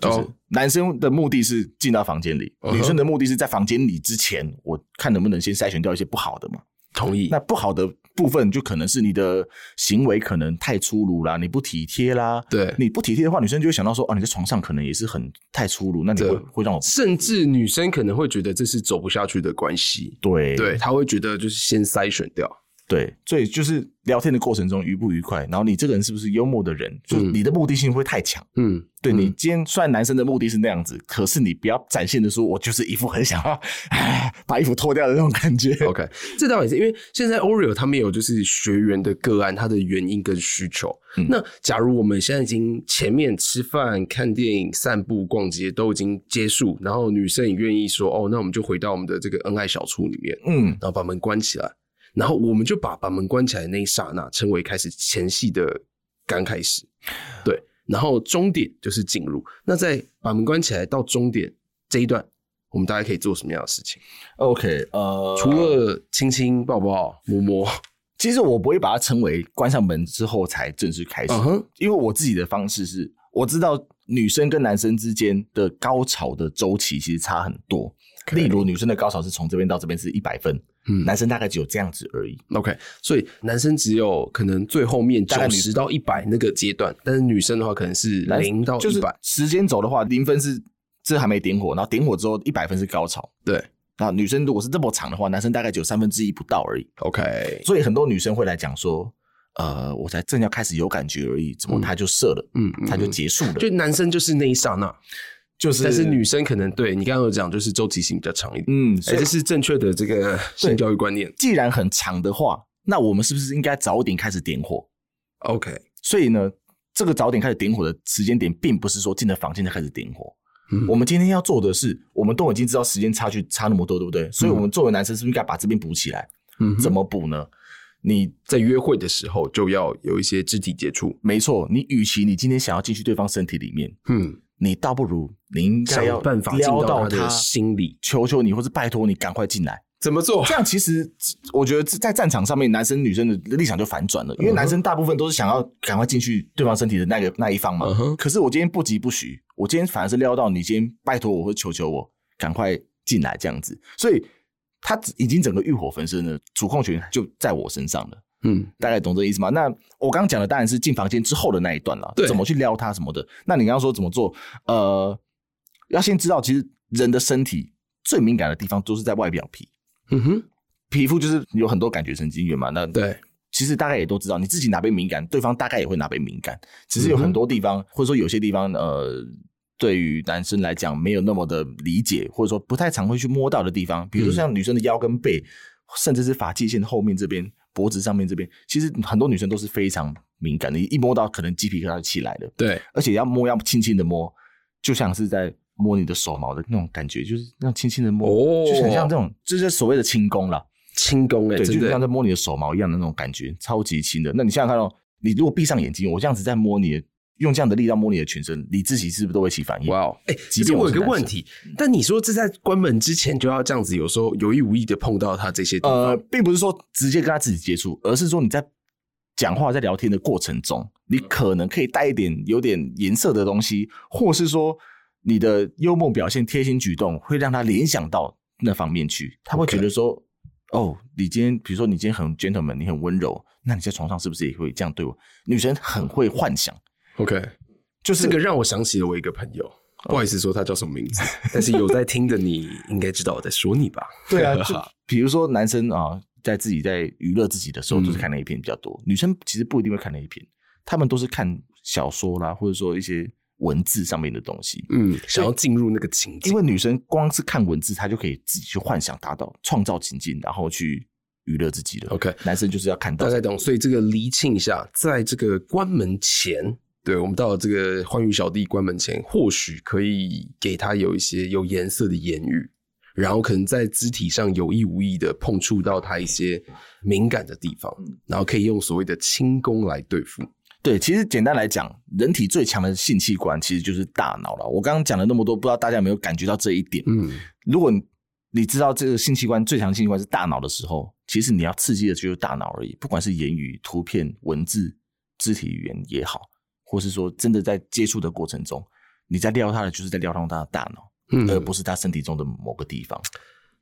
Speaker 4: 就是
Speaker 3: 哦，
Speaker 4: 男生的目的是进到房间里，
Speaker 3: 嗯哼
Speaker 4: 女生的目的是在房间里之前，我看能不能先筛选掉一些不好的嘛。
Speaker 3: 同意。
Speaker 4: 那不好的部分就可能是你的行为可能太粗鲁啦，你不体贴啦。
Speaker 3: 对
Speaker 4: 你不体贴的话，女生就会想到说，哦，你在床上可能也是很太粗鲁，那你
Speaker 3: 对
Speaker 4: 会会让我
Speaker 3: 甚至女生可能会觉得这是走不下去的关系，
Speaker 4: 对
Speaker 3: 对，她会觉得就是先筛选掉，
Speaker 4: 对，所以就是聊天的过程中愉不愉快，然后你这个人是不是幽默的人，就是
Speaker 3: 嗯
Speaker 4: 你的目的性会太强。
Speaker 3: 嗯，
Speaker 4: 对
Speaker 3: 嗯
Speaker 4: 你今天虽然男生的目的是那样子，可是你不要展现的说，我就是一副很想要 (laughs) 哎把衣服脱掉的那种感觉。
Speaker 3: OK，这倒也是因为现在 Oreo 他们有就是学员的个案，它的原因跟需求。
Speaker 4: 嗯
Speaker 3: 那假如我们现在已经前面吃饭、看电影、散步、逛街都已经结束，然后女生也愿意说哦，那我们就回到我们的这个恩爱小处里面，
Speaker 4: 嗯，
Speaker 3: 然后把门关起来，然后我们就把把门关起来的那一刹那称为开始前戏的刚开始，对，然后终点就是进入。那在把门关起来到终点这一段，我们大家可以做什么样的事情？
Speaker 4: OK，呃，
Speaker 3: 除了亲亲、抱抱、摸摸，
Speaker 4: 其实我不会把它称为关上门之后才正式开始，
Speaker 3: 嗯哼，
Speaker 4: 因为我自己的方式是，我知道女生跟男生之间的高潮的周期其实差很多。
Speaker 3: OK
Speaker 4: 例如，女生的高潮是从这边到这边是一百分，
Speaker 3: 嗯
Speaker 4: 男生大概只有这样子而已。
Speaker 3: ，OK。所以男生只有可能最后面
Speaker 4: 大概
Speaker 3: 九
Speaker 4: 女
Speaker 3: 十到一百那个阶段，但是女生的话可能是
Speaker 4: 男
Speaker 3: 零到
Speaker 4: 就是
Speaker 3: 一百，
Speaker 4: 时间轴的话，零分是这还没点火，然后点火之后一百分是高潮。
Speaker 3: 对
Speaker 4: 那女生如果是这么长的话，男生大概只有三分之一不到而已。
Speaker 3: ，OK，
Speaker 4: 所以很多女生会来讲说，呃，我才正要开始有感觉而已，怎么他就射了，
Speaker 3: 嗯嗯
Speaker 4: 他就结束了，
Speaker 3: 就男生就是那一刹那，
Speaker 4: 就是
Speaker 3: 但是女生可能对你刚刚有讲，就是周期性比较长一点。
Speaker 4: 嗯，
Speaker 3: 哎、
Speaker 4: 所以
Speaker 3: 这是正确的这个性教育观念。
Speaker 4: 既然很长的话，那我们是不是应该早点开始点火？
Speaker 3: OK，
Speaker 4: 所以呢，这个早点开始点火的时间点，并不是说进了房间才开始点火。
Speaker 3: 嗯
Speaker 4: 我们今天要做的是，我们都已经知道时间差距差那么多，对不对？所以，我们作为男生是不是应该把这边补起来？
Speaker 3: 嗯
Speaker 4: 怎么补呢？你
Speaker 3: 在约会的时候就要有一些肢体接触？
Speaker 4: 没错，你与其你今天想要进去对方身体里面，
Speaker 3: 嗯，
Speaker 4: 你倒不如你应该要
Speaker 3: 想办法进
Speaker 4: 撩
Speaker 3: 到
Speaker 4: 到
Speaker 3: 他的心里。
Speaker 4: 求求你，或是拜托你赶快进来。
Speaker 3: 怎么做
Speaker 4: 这样其实我觉得在战场上面，男生女生的立场就反转了，
Speaker 3: 嗯
Speaker 4: 因为男生大部分都是想要赶快进去对方身体的那个那一方嘛。
Speaker 3: 嗯哼
Speaker 4: 可是我今天不急不徐，我今天反而是撩到你，今天拜托我或求求我赶快进来这样子，所以他已经整个欲火焚身了，主控权就在我身上了。
Speaker 3: 嗯，
Speaker 4: 大概懂这个意思吗？那我刚刚讲的当然是进房间之后的那一段了，
Speaker 3: 对
Speaker 4: 怎么去撩他什么的。那你刚刚说怎么做？呃，要先知道，其实人的身体最敏感的地方都是在外表皮，
Speaker 3: 嗯哼，
Speaker 4: 皮肤就是有很多感觉神经元嘛。那，
Speaker 3: 对，
Speaker 4: 其实大概也都知道，你自己哪边敏感，对方大概也会哪边敏感。只是有很多地方，或者说有些地方，呃，对于男生来讲没有那么的理解，或者说不太常会去摸到的地方，比如说像女生的腰跟背，甚至是发际线后面这边、脖子上面这边，其实很多女生都是非常敏感的，一摸到可能鸡皮疙瘩就起来了，
Speaker 3: 对，
Speaker 4: 而且要摸要轻轻的摸，就像是在摸你的手毛的那种感觉，就是那样轻轻的摸，
Speaker 3: 哦
Speaker 4: 就是很像这种，就是所谓的轻功啦。
Speaker 3: 轻功哎、
Speaker 4: 对，
Speaker 3: 真
Speaker 4: 就像
Speaker 3: 的
Speaker 4: 在摸你的手毛一样的那种感觉，超级轻的。那你想想看哦，你如果闭上眼睛，我这样子在摸你的，用这样的力道摸你的全身，你自己是不是都会起反应？
Speaker 3: 哇哦！哎、
Speaker 4: 嗯即
Speaker 3: 其
Speaker 4: 便
Speaker 3: 实我
Speaker 4: 我
Speaker 3: 有
Speaker 4: 是
Speaker 3: 个
Speaker 4: 男
Speaker 3: 问
Speaker 4: 生
Speaker 3: 题，但你说这在关门之前就要这样子，有时候有意无意的碰到他这些地方，
Speaker 4: 呃，并不是说直接跟他自己接触，而是说你在讲话、在聊天的过程中，你可能可以带一点有点颜色的东西，或是说你的幽默表现、贴心举动，会让他联想到那方面去，他会
Speaker 3: OK
Speaker 4: 觉得说。哦，你今天比如说你今天很 gentleman，你很温柔，那你在床上是不是也会这样对我？女生很会幻想，
Speaker 3: OK，
Speaker 4: 就是
Speaker 3: 这个让我想起了我一个朋友，不好意思说他叫什么名字，哦 (laughs) 但是有在听的你应该知道我在说你吧？
Speaker 4: (laughs) 对啊，
Speaker 3: (laughs)
Speaker 4: 就比如说男生啊，在自己在娱乐自己的时候，
Speaker 3: 嗯
Speaker 4: 就是看那一片比较多。女生其实不一定会看那一片，他们都是看小说啦，或者说一些文字上面的东西。
Speaker 3: 嗯，想要进入那个情
Speaker 4: 因
Speaker 3: 境，
Speaker 4: 为女生光是看文字，她就可以自己去幻想、达到、创造情境，然后去娱乐自己了。
Speaker 3: OK
Speaker 4: 男生就是要看到
Speaker 3: 大概懂。所以这个厘清一下，在这个关门前，对我们到了这个欢愉小弟关门前，或许可以给他有一些有颜色的言语，然后可能在肢体上有意无意的碰触到他一些敏感的地方，然后可以用所谓的轻功来对付。
Speaker 4: 对，其实简单来讲，人体最强的性器官其实就是大脑了。我刚刚讲了那么多，不知道大家有没有感觉到这一点？
Speaker 3: 嗯，
Speaker 4: 如果你你知道这个性器官最强的性器官是大脑的时候，其实你要刺激的就是大脑而已，不管是言语、图片、文字、肢体语言也好，或是说真的在接触的过程中，你在撩他的就是在撩动他的大脑，
Speaker 3: 嗯
Speaker 4: 而不是他身体中的某个地方。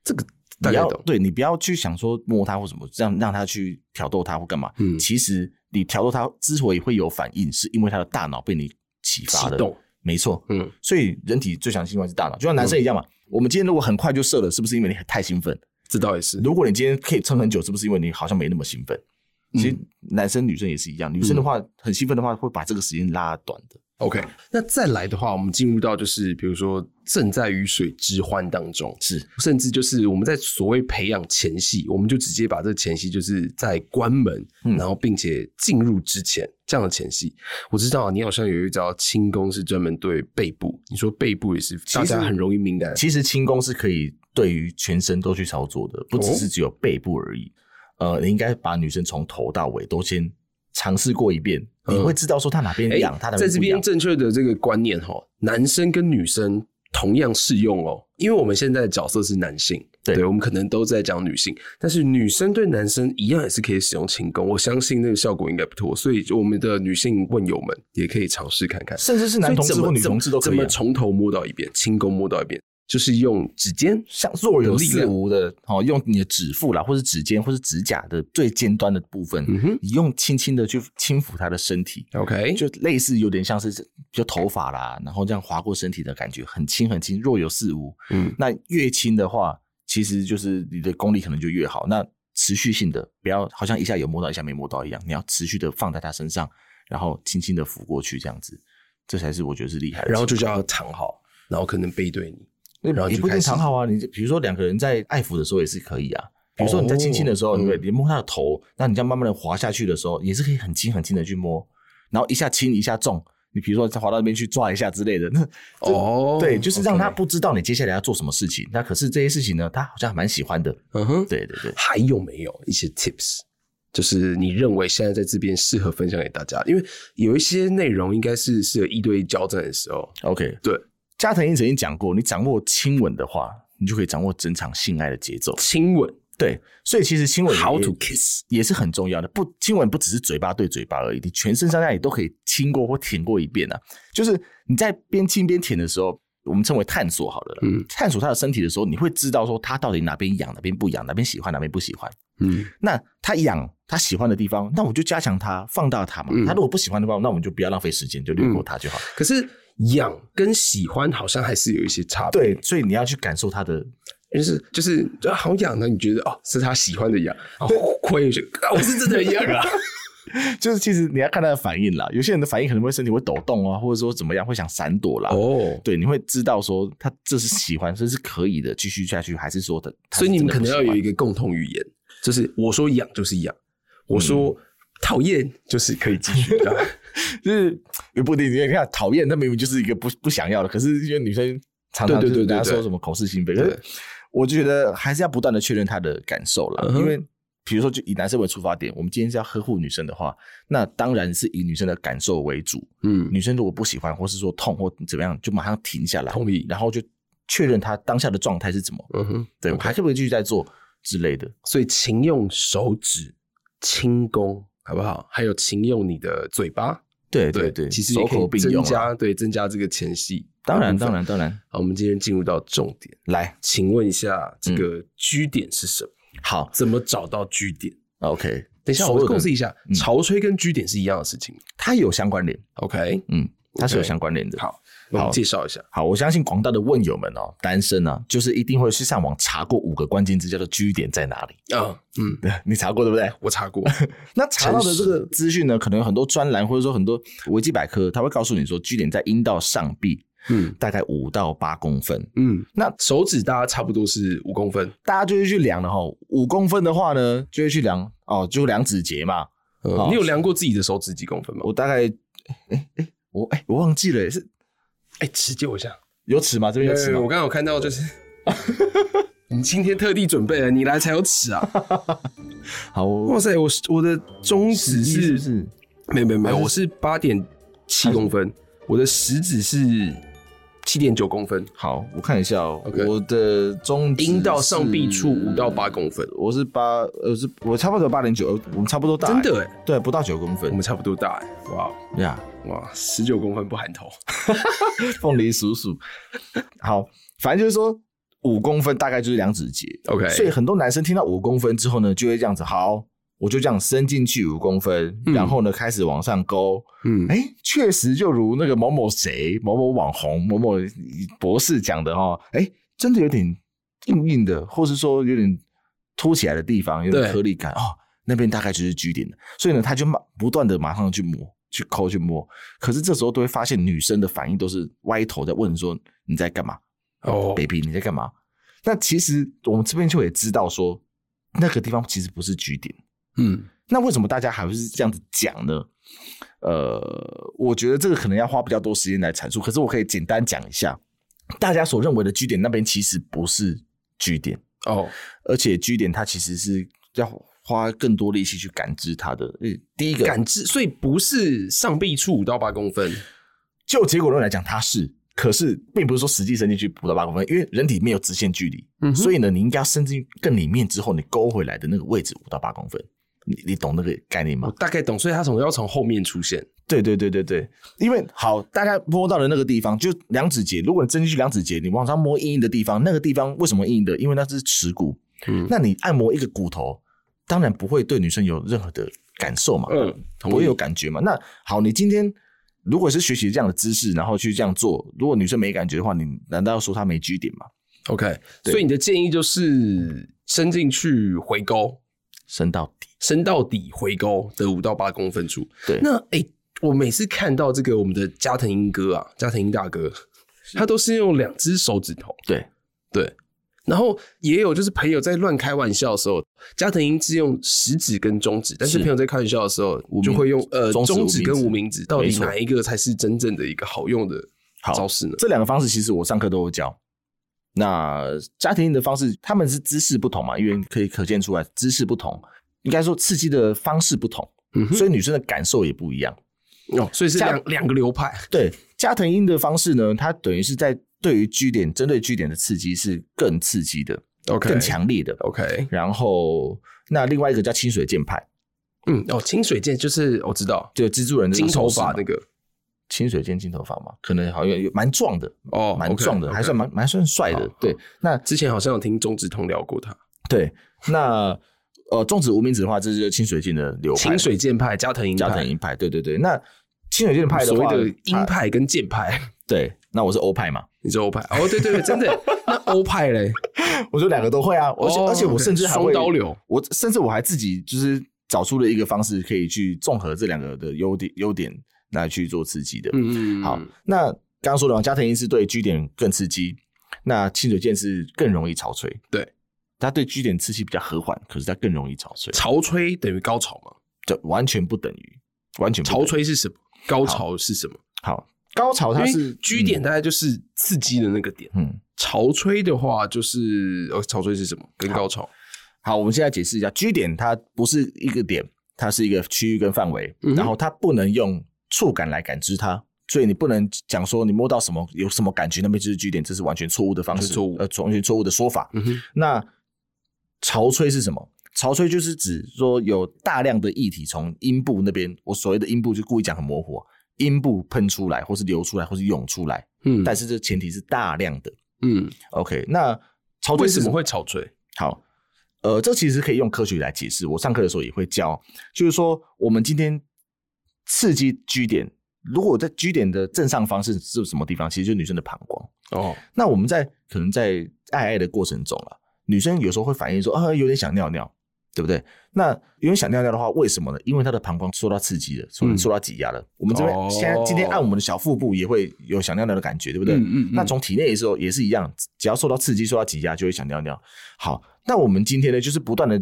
Speaker 3: 这个大概
Speaker 4: 你要
Speaker 3: 懂。
Speaker 4: 对你不要去想说摸他或什么，让让他去挑逗他或干嘛。
Speaker 3: 嗯
Speaker 4: 其实你挑逗他之所以会有反应，是因为他的大脑被你启发
Speaker 3: 启
Speaker 4: 的。
Speaker 3: 动
Speaker 4: 没错，
Speaker 3: 嗯，
Speaker 4: 所以人体最强器官是大脑，就像男生一样嘛。我们今天如果很快就射了，是不是因为你太兴奋？
Speaker 3: 这倒也是。
Speaker 4: 如果你今天可以撑很久，是不是因为你好像没那么兴奋？
Speaker 3: 嗯
Speaker 4: 其实男生女生也是一样，女生的话很兴奋的话，会把这个时间拉短的。
Speaker 3: OK，那再来的话，我们进入到就是比如说正在鱼水之欢当中，
Speaker 4: 是
Speaker 3: 甚至就是我们在所谓培养前戏，我们就直接把这个前戏就是在关门，
Speaker 4: 嗯
Speaker 3: 然后并且进入之前这样的前戏。我知道你好像有一招轻功是专门对背部，你说背部也是
Speaker 4: 其
Speaker 3: 大
Speaker 4: 实
Speaker 3: 家很容易敏感，
Speaker 4: 其实轻功是可以对于全身都去操作的，不只是只有背部而已。
Speaker 3: 哦
Speaker 4: 呃，你应该把女生从头到尾都先尝试过一遍，
Speaker 3: 嗯
Speaker 4: 你会知道说她哪边
Speaker 3: 哎
Speaker 4: 痒，她哪
Speaker 3: 在
Speaker 4: 边
Speaker 3: 这
Speaker 4: 不
Speaker 3: 边
Speaker 4: 痒。
Speaker 3: 正确的这个观念哈，男生跟女生同样适用哦，因为我们现在的角色是男性，
Speaker 4: 对
Speaker 3: 我们可能都在讲女性，但是女生对男生一样也是可以使用轻功，我相信那个效果应该不错，所以我们的女性问友们也可以尝试看看，
Speaker 4: 甚至是男同
Speaker 3: 所
Speaker 4: 志
Speaker 3: 以怎么
Speaker 4: 或女同志都可
Speaker 3: 怎
Speaker 4: 以、
Speaker 3: 么
Speaker 4: 啊，
Speaker 3: 从头摸到一遍，轻功摸到一遍，就是用指尖
Speaker 4: 像若有
Speaker 3: 力啊
Speaker 4: 似
Speaker 3: 量
Speaker 4: 无的哦，用你的指腹啦，或是指尖，或是指甲的最尖端的部分，
Speaker 3: 嗯哼
Speaker 4: 你用轻轻的去轻抚她的身体，
Speaker 3: ，OK，
Speaker 4: 就类似有点像是就头发啦，然后这样划过身体的感觉，很轻很轻，若有似无。
Speaker 3: 嗯
Speaker 4: 那越轻的话，其实就是你的功力可能就越好。那持续性的，不要好像一下有摸到，一下没摸到一样，你要持续的放在她身上，然后轻轻的抚过去，这样子，这才是我觉得是厉害的。
Speaker 3: 然后就叫他躺好，然后可能背对你，
Speaker 4: 那
Speaker 3: 然后
Speaker 4: 也
Speaker 3: 就
Speaker 4: 不一
Speaker 3: 开
Speaker 4: 定
Speaker 3: 始
Speaker 4: 躺好啊。你就比如说两个人在爱抚的时候也是可以啊。比如说你在亲亲的时候，
Speaker 3: 哦
Speaker 4: 你会
Speaker 3: 嗯
Speaker 4: 你摸他的头，那你这样慢慢的滑下去的时候，也是可以很轻很轻的去摸，然后一下轻一下重。你比如说在滑到那边去抓一下之类的，那这
Speaker 3: (laughs) 哦
Speaker 4: 对，就是让他
Speaker 3: OK
Speaker 4: 不知道你接下来要做什么事情。那可是这些事情呢，他好像还蛮喜欢的。
Speaker 3: 嗯哼，
Speaker 4: 对对对，
Speaker 3: 还有没有一些 tips？就是你认为现在在这边适合分享给大家，因为有一些内容应该是适合一对一交战的时候。
Speaker 4: OK，
Speaker 3: 对，
Speaker 4: 加藤鹰曾经讲过，你掌握亲吻的话，你就可以掌握整场性爱的节奏。
Speaker 3: 亲吻
Speaker 4: 对，所以其实亲吻也
Speaker 3: ，How to kiss？
Speaker 4: 也是很重要的。不，亲吻不只是嘴巴对嘴巴而已，你全身上下也都可以亲过或舔过一遍啊。就是你在边亲边舔的时候，我们称为探索好了啦。
Speaker 3: 嗯
Speaker 4: 探索他的身体的时候，你会知道说他到底哪边痒，哪边不痒，哪边喜欢，哪边不喜欢。
Speaker 3: 嗯，
Speaker 4: 那他痒他喜欢的地方，那我就加强它，放大它嘛。
Speaker 3: 嗯
Speaker 4: 他如果不喜欢的话，那我们就不要浪费时间，就略过它就好。
Speaker 3: 可是痒跟喜欢好像还是有一些差别。
Speaker 4: 对，所以你要去感受它的
Speaker 3: 对，就是就是啊好痒呢，你觉得哦是他喜欢的痒，然后亏去，啊我是真的很痒啊。
Speaker 4: (laughs) 就是其实你要看他的反应啦。有些人的反应可能会身体会抖动啊，或者说怎么样会想闪躲啦。
Speaker 3: 哦，
Speaker 4: 对，你会知道说他这是喜欢，这是可以的，继续下去，还是说的？他
Speaker 3: 所以你们可能要有一
Speaker 4: 个
Speaker 3: 个共同语言，就是我说痒就是痒，我
Speaker 4: 嗯
Speaker 3: 说讨厌就是可以继
Speaker 4: (laughs)
Speaker 3: 续的。
Speaker 4: 就是也不一定，因为你看讨厌，他明明就是一个不不想要的，可是因为女生常常
Speaker 3: 对对
Speaker 4: 就是
Speaker 3: 对对
Speaker 4: 大家
Speaker 3: 对
Speaker 4: 说什么口是心非，可
Speaker 3: 对
Speaker 4: 是我就觉得还是要不断的确认他的感受了
Speaker 3: 嗯，哼
Speaker 4: 因为比如说就以男生为出发点，我们今天是要呵护女生的话，那当然是以女生的感受为主。
Speaker 3: 嗯，
Speaker 4: 女生如果不喜欢，或是说痛或怎么样，就马上停下来，
Speaker 3: 同意
Speaker 4: 然后就确认她当下的状态是怎么，
Speaker 3: 嗯哼，
Speaker 4: 对我还是不会继续再做之类的。
Speaker 3: 所以勤用手指、轻功，好不好？还有勤用你的嘴巴，
Speaker 4: 对对对，
Speaker 3: 其实
Speaker 4: 手
Speaker 3: 也可
Speaker 4: 口
Speaker 3: 以
Speaker 4: 并用
Speaker 3: 增
Speaker 4: 啊，
Speaker 3: 加对增加这个前戏。
Speaker 4: 当然当。然当然，
Speaker 3: 好，我们今天进入到重点，
Speaker 4: 来
Speaker 3: 请问一下这
Speaker 4: 嗯
Speaker 3: 个居点是什么？
Speaker 4: 好
Speaker 3: 怎么找到居点？
Speaker 4: ，OK，
Speaker 3: 等一下，
Speaker 4: 所
Speaker 3: 我
Speaker 4: 有的
Speaker 3: 共识一下，
Speaker 4: 嗯
Speaker 3: 潮吹跟居点是一样的事情吗。
Speaker 4: 它有相关联，
Speaker 3: OK，
Speaker 4: 嗯，它是有
Speaker 3: OK
Speaker 4: 相关联的。
Speaker 3: 好，我们
Speaker 4: 嗯好
Speaker 3: 介绍一下。
Speaker 4: 好，我相信广大的问友们哦，单身啊，就是一定会去上网查过五个关键字，叫做居点在哪里。 (laughs)
Speaker 3: 啊，嗯，
Speaker 4: 对你查过对不对？
Speaker 3: 我查过，
Speaker 4: (laughs) 那查到的这个资讯呢，可能有很多专栏或者说很多维基百科，它会告诉你说，居点在阴道上壁
Speaker 3: 嗯
Speaker 4: 大概五到八公分。
Speaker 3: 嗯，
Speaker 4: 那
Speaker 3: 手指大家差不多是五公分，
Speaker 4: 大家就会去量了哈，五公分的话呢，就会去量哦，就量指节嘛。
Speaker 3: 呃
Speaker 4: 好
Speaker 3: 你有量过自己的手指几公分吗？
Speaker 4: 我大概，哎哎，我哎我忘记了，是
Speaker 3: 哎，指借我一下。
Speaker 4: 有尺吗？这边有尺
Speaker 3: 对，呃我
Speaker 4: 吗？
Speaker 3: 刚刚有看到，就是你 (laughs) 今天特地准备了，你来才有尺啊！
Speaker 4: (laughs) 好，我
Speaker 3: 哇塞，我我的中指
Speaker 4: 11是
Speaker 3: 是
Speaker 4: 不是
Speaker 3: 没有没有没有，
Speaker 4: 还是
Speaker 3: 我是八点七公分，我的食指是七点九公分，
Speaker 4: 好，我看一下哦
Speaker 3: OK
Speaker 4: 我的中指
Speaker 3: 阴道上
Speaker 4: 是
Speaker 3: 壁处五到八公分，
Speaker 4: 我是八，呃，是我差不多八点九，呃我们差不多大、欸
Speaker 3: 真的哎、
Speaker 4: 对，不到九公
Speaker 3: 我
Speaker 4: 分
Speaker 3: 们差不多大哎、哇
Speaker 4: 呀。
Speaker 3: 哇，十九公分不含头，
Speaker 4: 凤梨叔叔， (laughs) 好，反正就是说五公分大概就是两指节
Speaker 3: OK
Speaker 4: 所以很多男生听到五公分之后呢，就会这样子，好，我就这样伸进去五公分，
Speaker 3: 嗯
Speaker 4: 然后呢开始往上勾，
Speaker 3: 嗯，
Speaker 4: 哎、确实就如那个某某谁、某某网红、某某博士讲的哈，哎、真的有点硬硬的，或是说有点凸起来的地方，有
Speaker 3: 对
Speaker 4: 点颗粒感哦，那边大概就是 G 点了。所以呢，他就马不断的马上去摸、去抠、去摸，可是这时候都会发现女生的反应都是歪头在问说你在干嘛、
Speaker 3: 哦
Speaker 4: b，a b y 你在干嘛？那其实我们这边就也知道说，那个地方其实不是 G 点。
Speaker 3: 嗯
Speaker 4: 那为什么大家还会是这样子讲呢？呃，我觉得这个可能要花比较多时间来阐述，可是我可以简单讲一下，大家所认为的据点那边其实不是据点，
Speaker 3: 哦，
Speaker 4: 而且据点它其实是要花更多力气去感知它的。嗯，第一个，
Speaker 3: 感知，所以不是上壁处五到八公分，
Speaker 4: 就结果论来讲，它是，可是并不是说实际伸进去不到八公分，因为人体没有直线距离，
Speaker 3: 嗯哼
Speaker 4: 所以呢，你应该要伸进更里面之后，你勾回来的那个位置五到八公分，你你懂那个概念吗
Speaker 3: 我？大概懂，所以它从要从后面出现，
Speaker 4: 对对对对对，因为好，大家摸到的那个地方，就两指节。如果你真进去两指节，你往上摸硬硬的地方，那个地方为什么硬硬的？因为那是耻骨。
Speaker 3: 嗯
Speaker 4: 那你按摩一个骨头，当然不会对女生有任何的感受嘛，
Speaker 3: 嗯同意
Speaker 4: 不会有感觉嘛。那好，你今天如果是学习这样的姿势，然后去这样做，如果女生没感觉的话，你难道要说她没居点吗？
Speaker 3: OK，
Speaker 4: 对
Speaker 3: 所以你的建议就是伸进去回勾，
Speaker 4: 伸到底，
Speaker 3: 伸到底回勾的五到八公分处。
Speaker 4: 对
Speaker 3: 那哎、诶我每次看到这个我们的加藤鹰哥啊， (laughs) 加藤鹰大哥，他都是用两只手指头，
Speaker 4: 对
Speaker 3: 对。然后也有就是朋友在乱开玩笑的时候，加藤鹰是用食指跟中指，但是
Speaker 4: 是
Speaker 3: 朋友在开玩笑的时候
Speaker 4: 无名
Speaker 3: 就会用呃
Speaker 4: 中指无
Speaker 3: 中
Speaker 4: 名
Speaker 3: 指
Speaker 4: 指
Speaker 3: 跟无名指，到
Speaker 4: 没
Speaker 3: 底
Speaker 4: 错
Speaker 3: 哪一个才是真正的一个好用的
Speaker 4: 好
Speaker 3: 招式呢？
Speaker 4: 这两个方式其实我上课都有教。那家庭的方式，他们是姿势不同嘛，因为可以可见出来姿势不同，应该说刺激的方式不同，
Speaker 3: 嗯哼，
Speaker 4: 所以女生的感受也不一样。
Speaker 3: 哦，所以是
Speaker 4: 加
Speaker 3: 两两个流派，
Speaker 4: 对加藤鹰的方式呢，它等于是在对于居点针对居点的刺激是更刺激的
Speaker 3: OK
Speaker 4: 更强烈的。
Speaker 3: OK，
Speaker 4: 然后那另外一个叫清水剑派，
Speaker 3: 嗯，哦，清水剑就是我知道
Speaker 4: 就蜘蛛人的
Speaker 3: 金头发
Speaker 4: 那
Speaker 3: 那
Speaker 4: 个手势嘛
Speaker 3: 个，
Speaker 4: 清水剑金头发嘛，可能好像有蛮壮的
Speaker 3: 哦
Speaker 4: 蛮
Speaker 3: OK，
Speaker 4: 壮的
Speaker 3: OK
Speaker 4: 还算蛮蛮算帅
Speaker 3: 好
Speaker 4: 的
Speaker 3: 好。
Speaker 4: 对，那
Speaker 3: 之前好像有听中指通聊过他，
Speaker 4: 对，那呃，粽子无名指的话，这就是清水剑的流派，
Speaker 3: 清水剑派、加藤鹰
Speaker 4: 加藤鹰派，对对对。那清水剑派的
Speaker 3: 所
Speaker 4: 话，
Speaker 3: 谓的鹰
Speaker 4: 它，
Speaker 3: 派跟剑派，
Speaker 4: (laughs) 对，那我是欧派嘛，
Speaker 3: 你是欧派哦，对对对，
Speaker 4: (laughs)
Speaker 3: 真的，那欧派嘞，
Speaker 4: 我就两个都会啊， (laughs) 而且、
Speaker 3: 哦
Speaker 4: 而且我
Speaker 3: OK，
Speaker 4: 甚至还
Speaker 3: 双
Speaker 4: 会
Speaker 3: 刀流，
Speaker 4: 我甚至我还自己就是找出了一个方式，可以去综合这两个的优点优点来去做刺激的。
Speaker 3: 嗯
Speaker 4: 好，那刚刚说的嘛，加藤鹰是对 G 点更刺激，那清水剑是更容易潮吹，
Speaker 3: 对。
Speaker 4: 它对 G 点刺激比较和缓，可是它更容易潮吹，
Speaker 3: 潮吹等于高潮嘛？
Speaker 4: 这完全不等于，完全不等于
Speaker 3: 潮吹是什么？高潮是什么？嗯
Speaker 4: 好，高潮哦它
Speaker 3: 因为
Speaker 4: 是
Speaker 3: 居点，大概就是刺激的那个点。
Speaker 4: 嗯，
Speaker 3: 潮吹的话，就是呃，潮吹是什么？跟高潮。
Speaker 4: 好，我们现在解释一下，G 点它不是一个点，它是一个区域跟范围，
Speaker 3: 嗯哼
Speaker 4: 然后它不能用触感来感知它，所以你不能讲说你摸到什么有什么感觉，那边就是 G 点，这是完全错误的方
Speaker 3: 这
Speaker 4: 式，
Speaker 3: 是错误
Speaker 4: 呃，完全错误的说法。
Speaker 3: 嗯哼，
Speaker 4: 那潮吹是什么？潮吹就是指说有大量的液体从阴部那边，我所谓的阴部就故意讲很模糊哦，阴部喷出来，或是流出来，或是涌出来，
Speaker 3: 嗯，
Speaker 4: 但是这前提是大量的。
Speaker 3: 嗯，
Speaker 4: OK，那潮
Speaker 3: 为
Speaker 4: 哦吹是
Speaker 3: 什么会潮吹？
Speaker 4: 好，呃，这其实可以用科学来解释。我上课的时候也会教，就是说我们今天刺激 G 点，如果在 G 点的正上方是是什么地方？其实就是女生的膀胱。
Speaker 3: 哦，
Speaker 4: 那我们在可能在爱爱的过程中啊，女生有时候会反映说啊，有点想尿尿，对不对？那有点想尿尿的话，为什么呢？因为她的膀胱受到刺激了，受
Speaker 3: 嗯
Speaker 4: 受到挤压了。我们这边
Speaker 3: 哦
Speaker 4: 现在今天按我们的小腹部也会有想尿尿的感觉，对不对？
Speaker 3: 嗯嗯嗯
Speaker 4: 那从体内的时候也是一样，只要受到刺激、受到挤压，就会想尿尿。好，那我们今天呢，就是不断的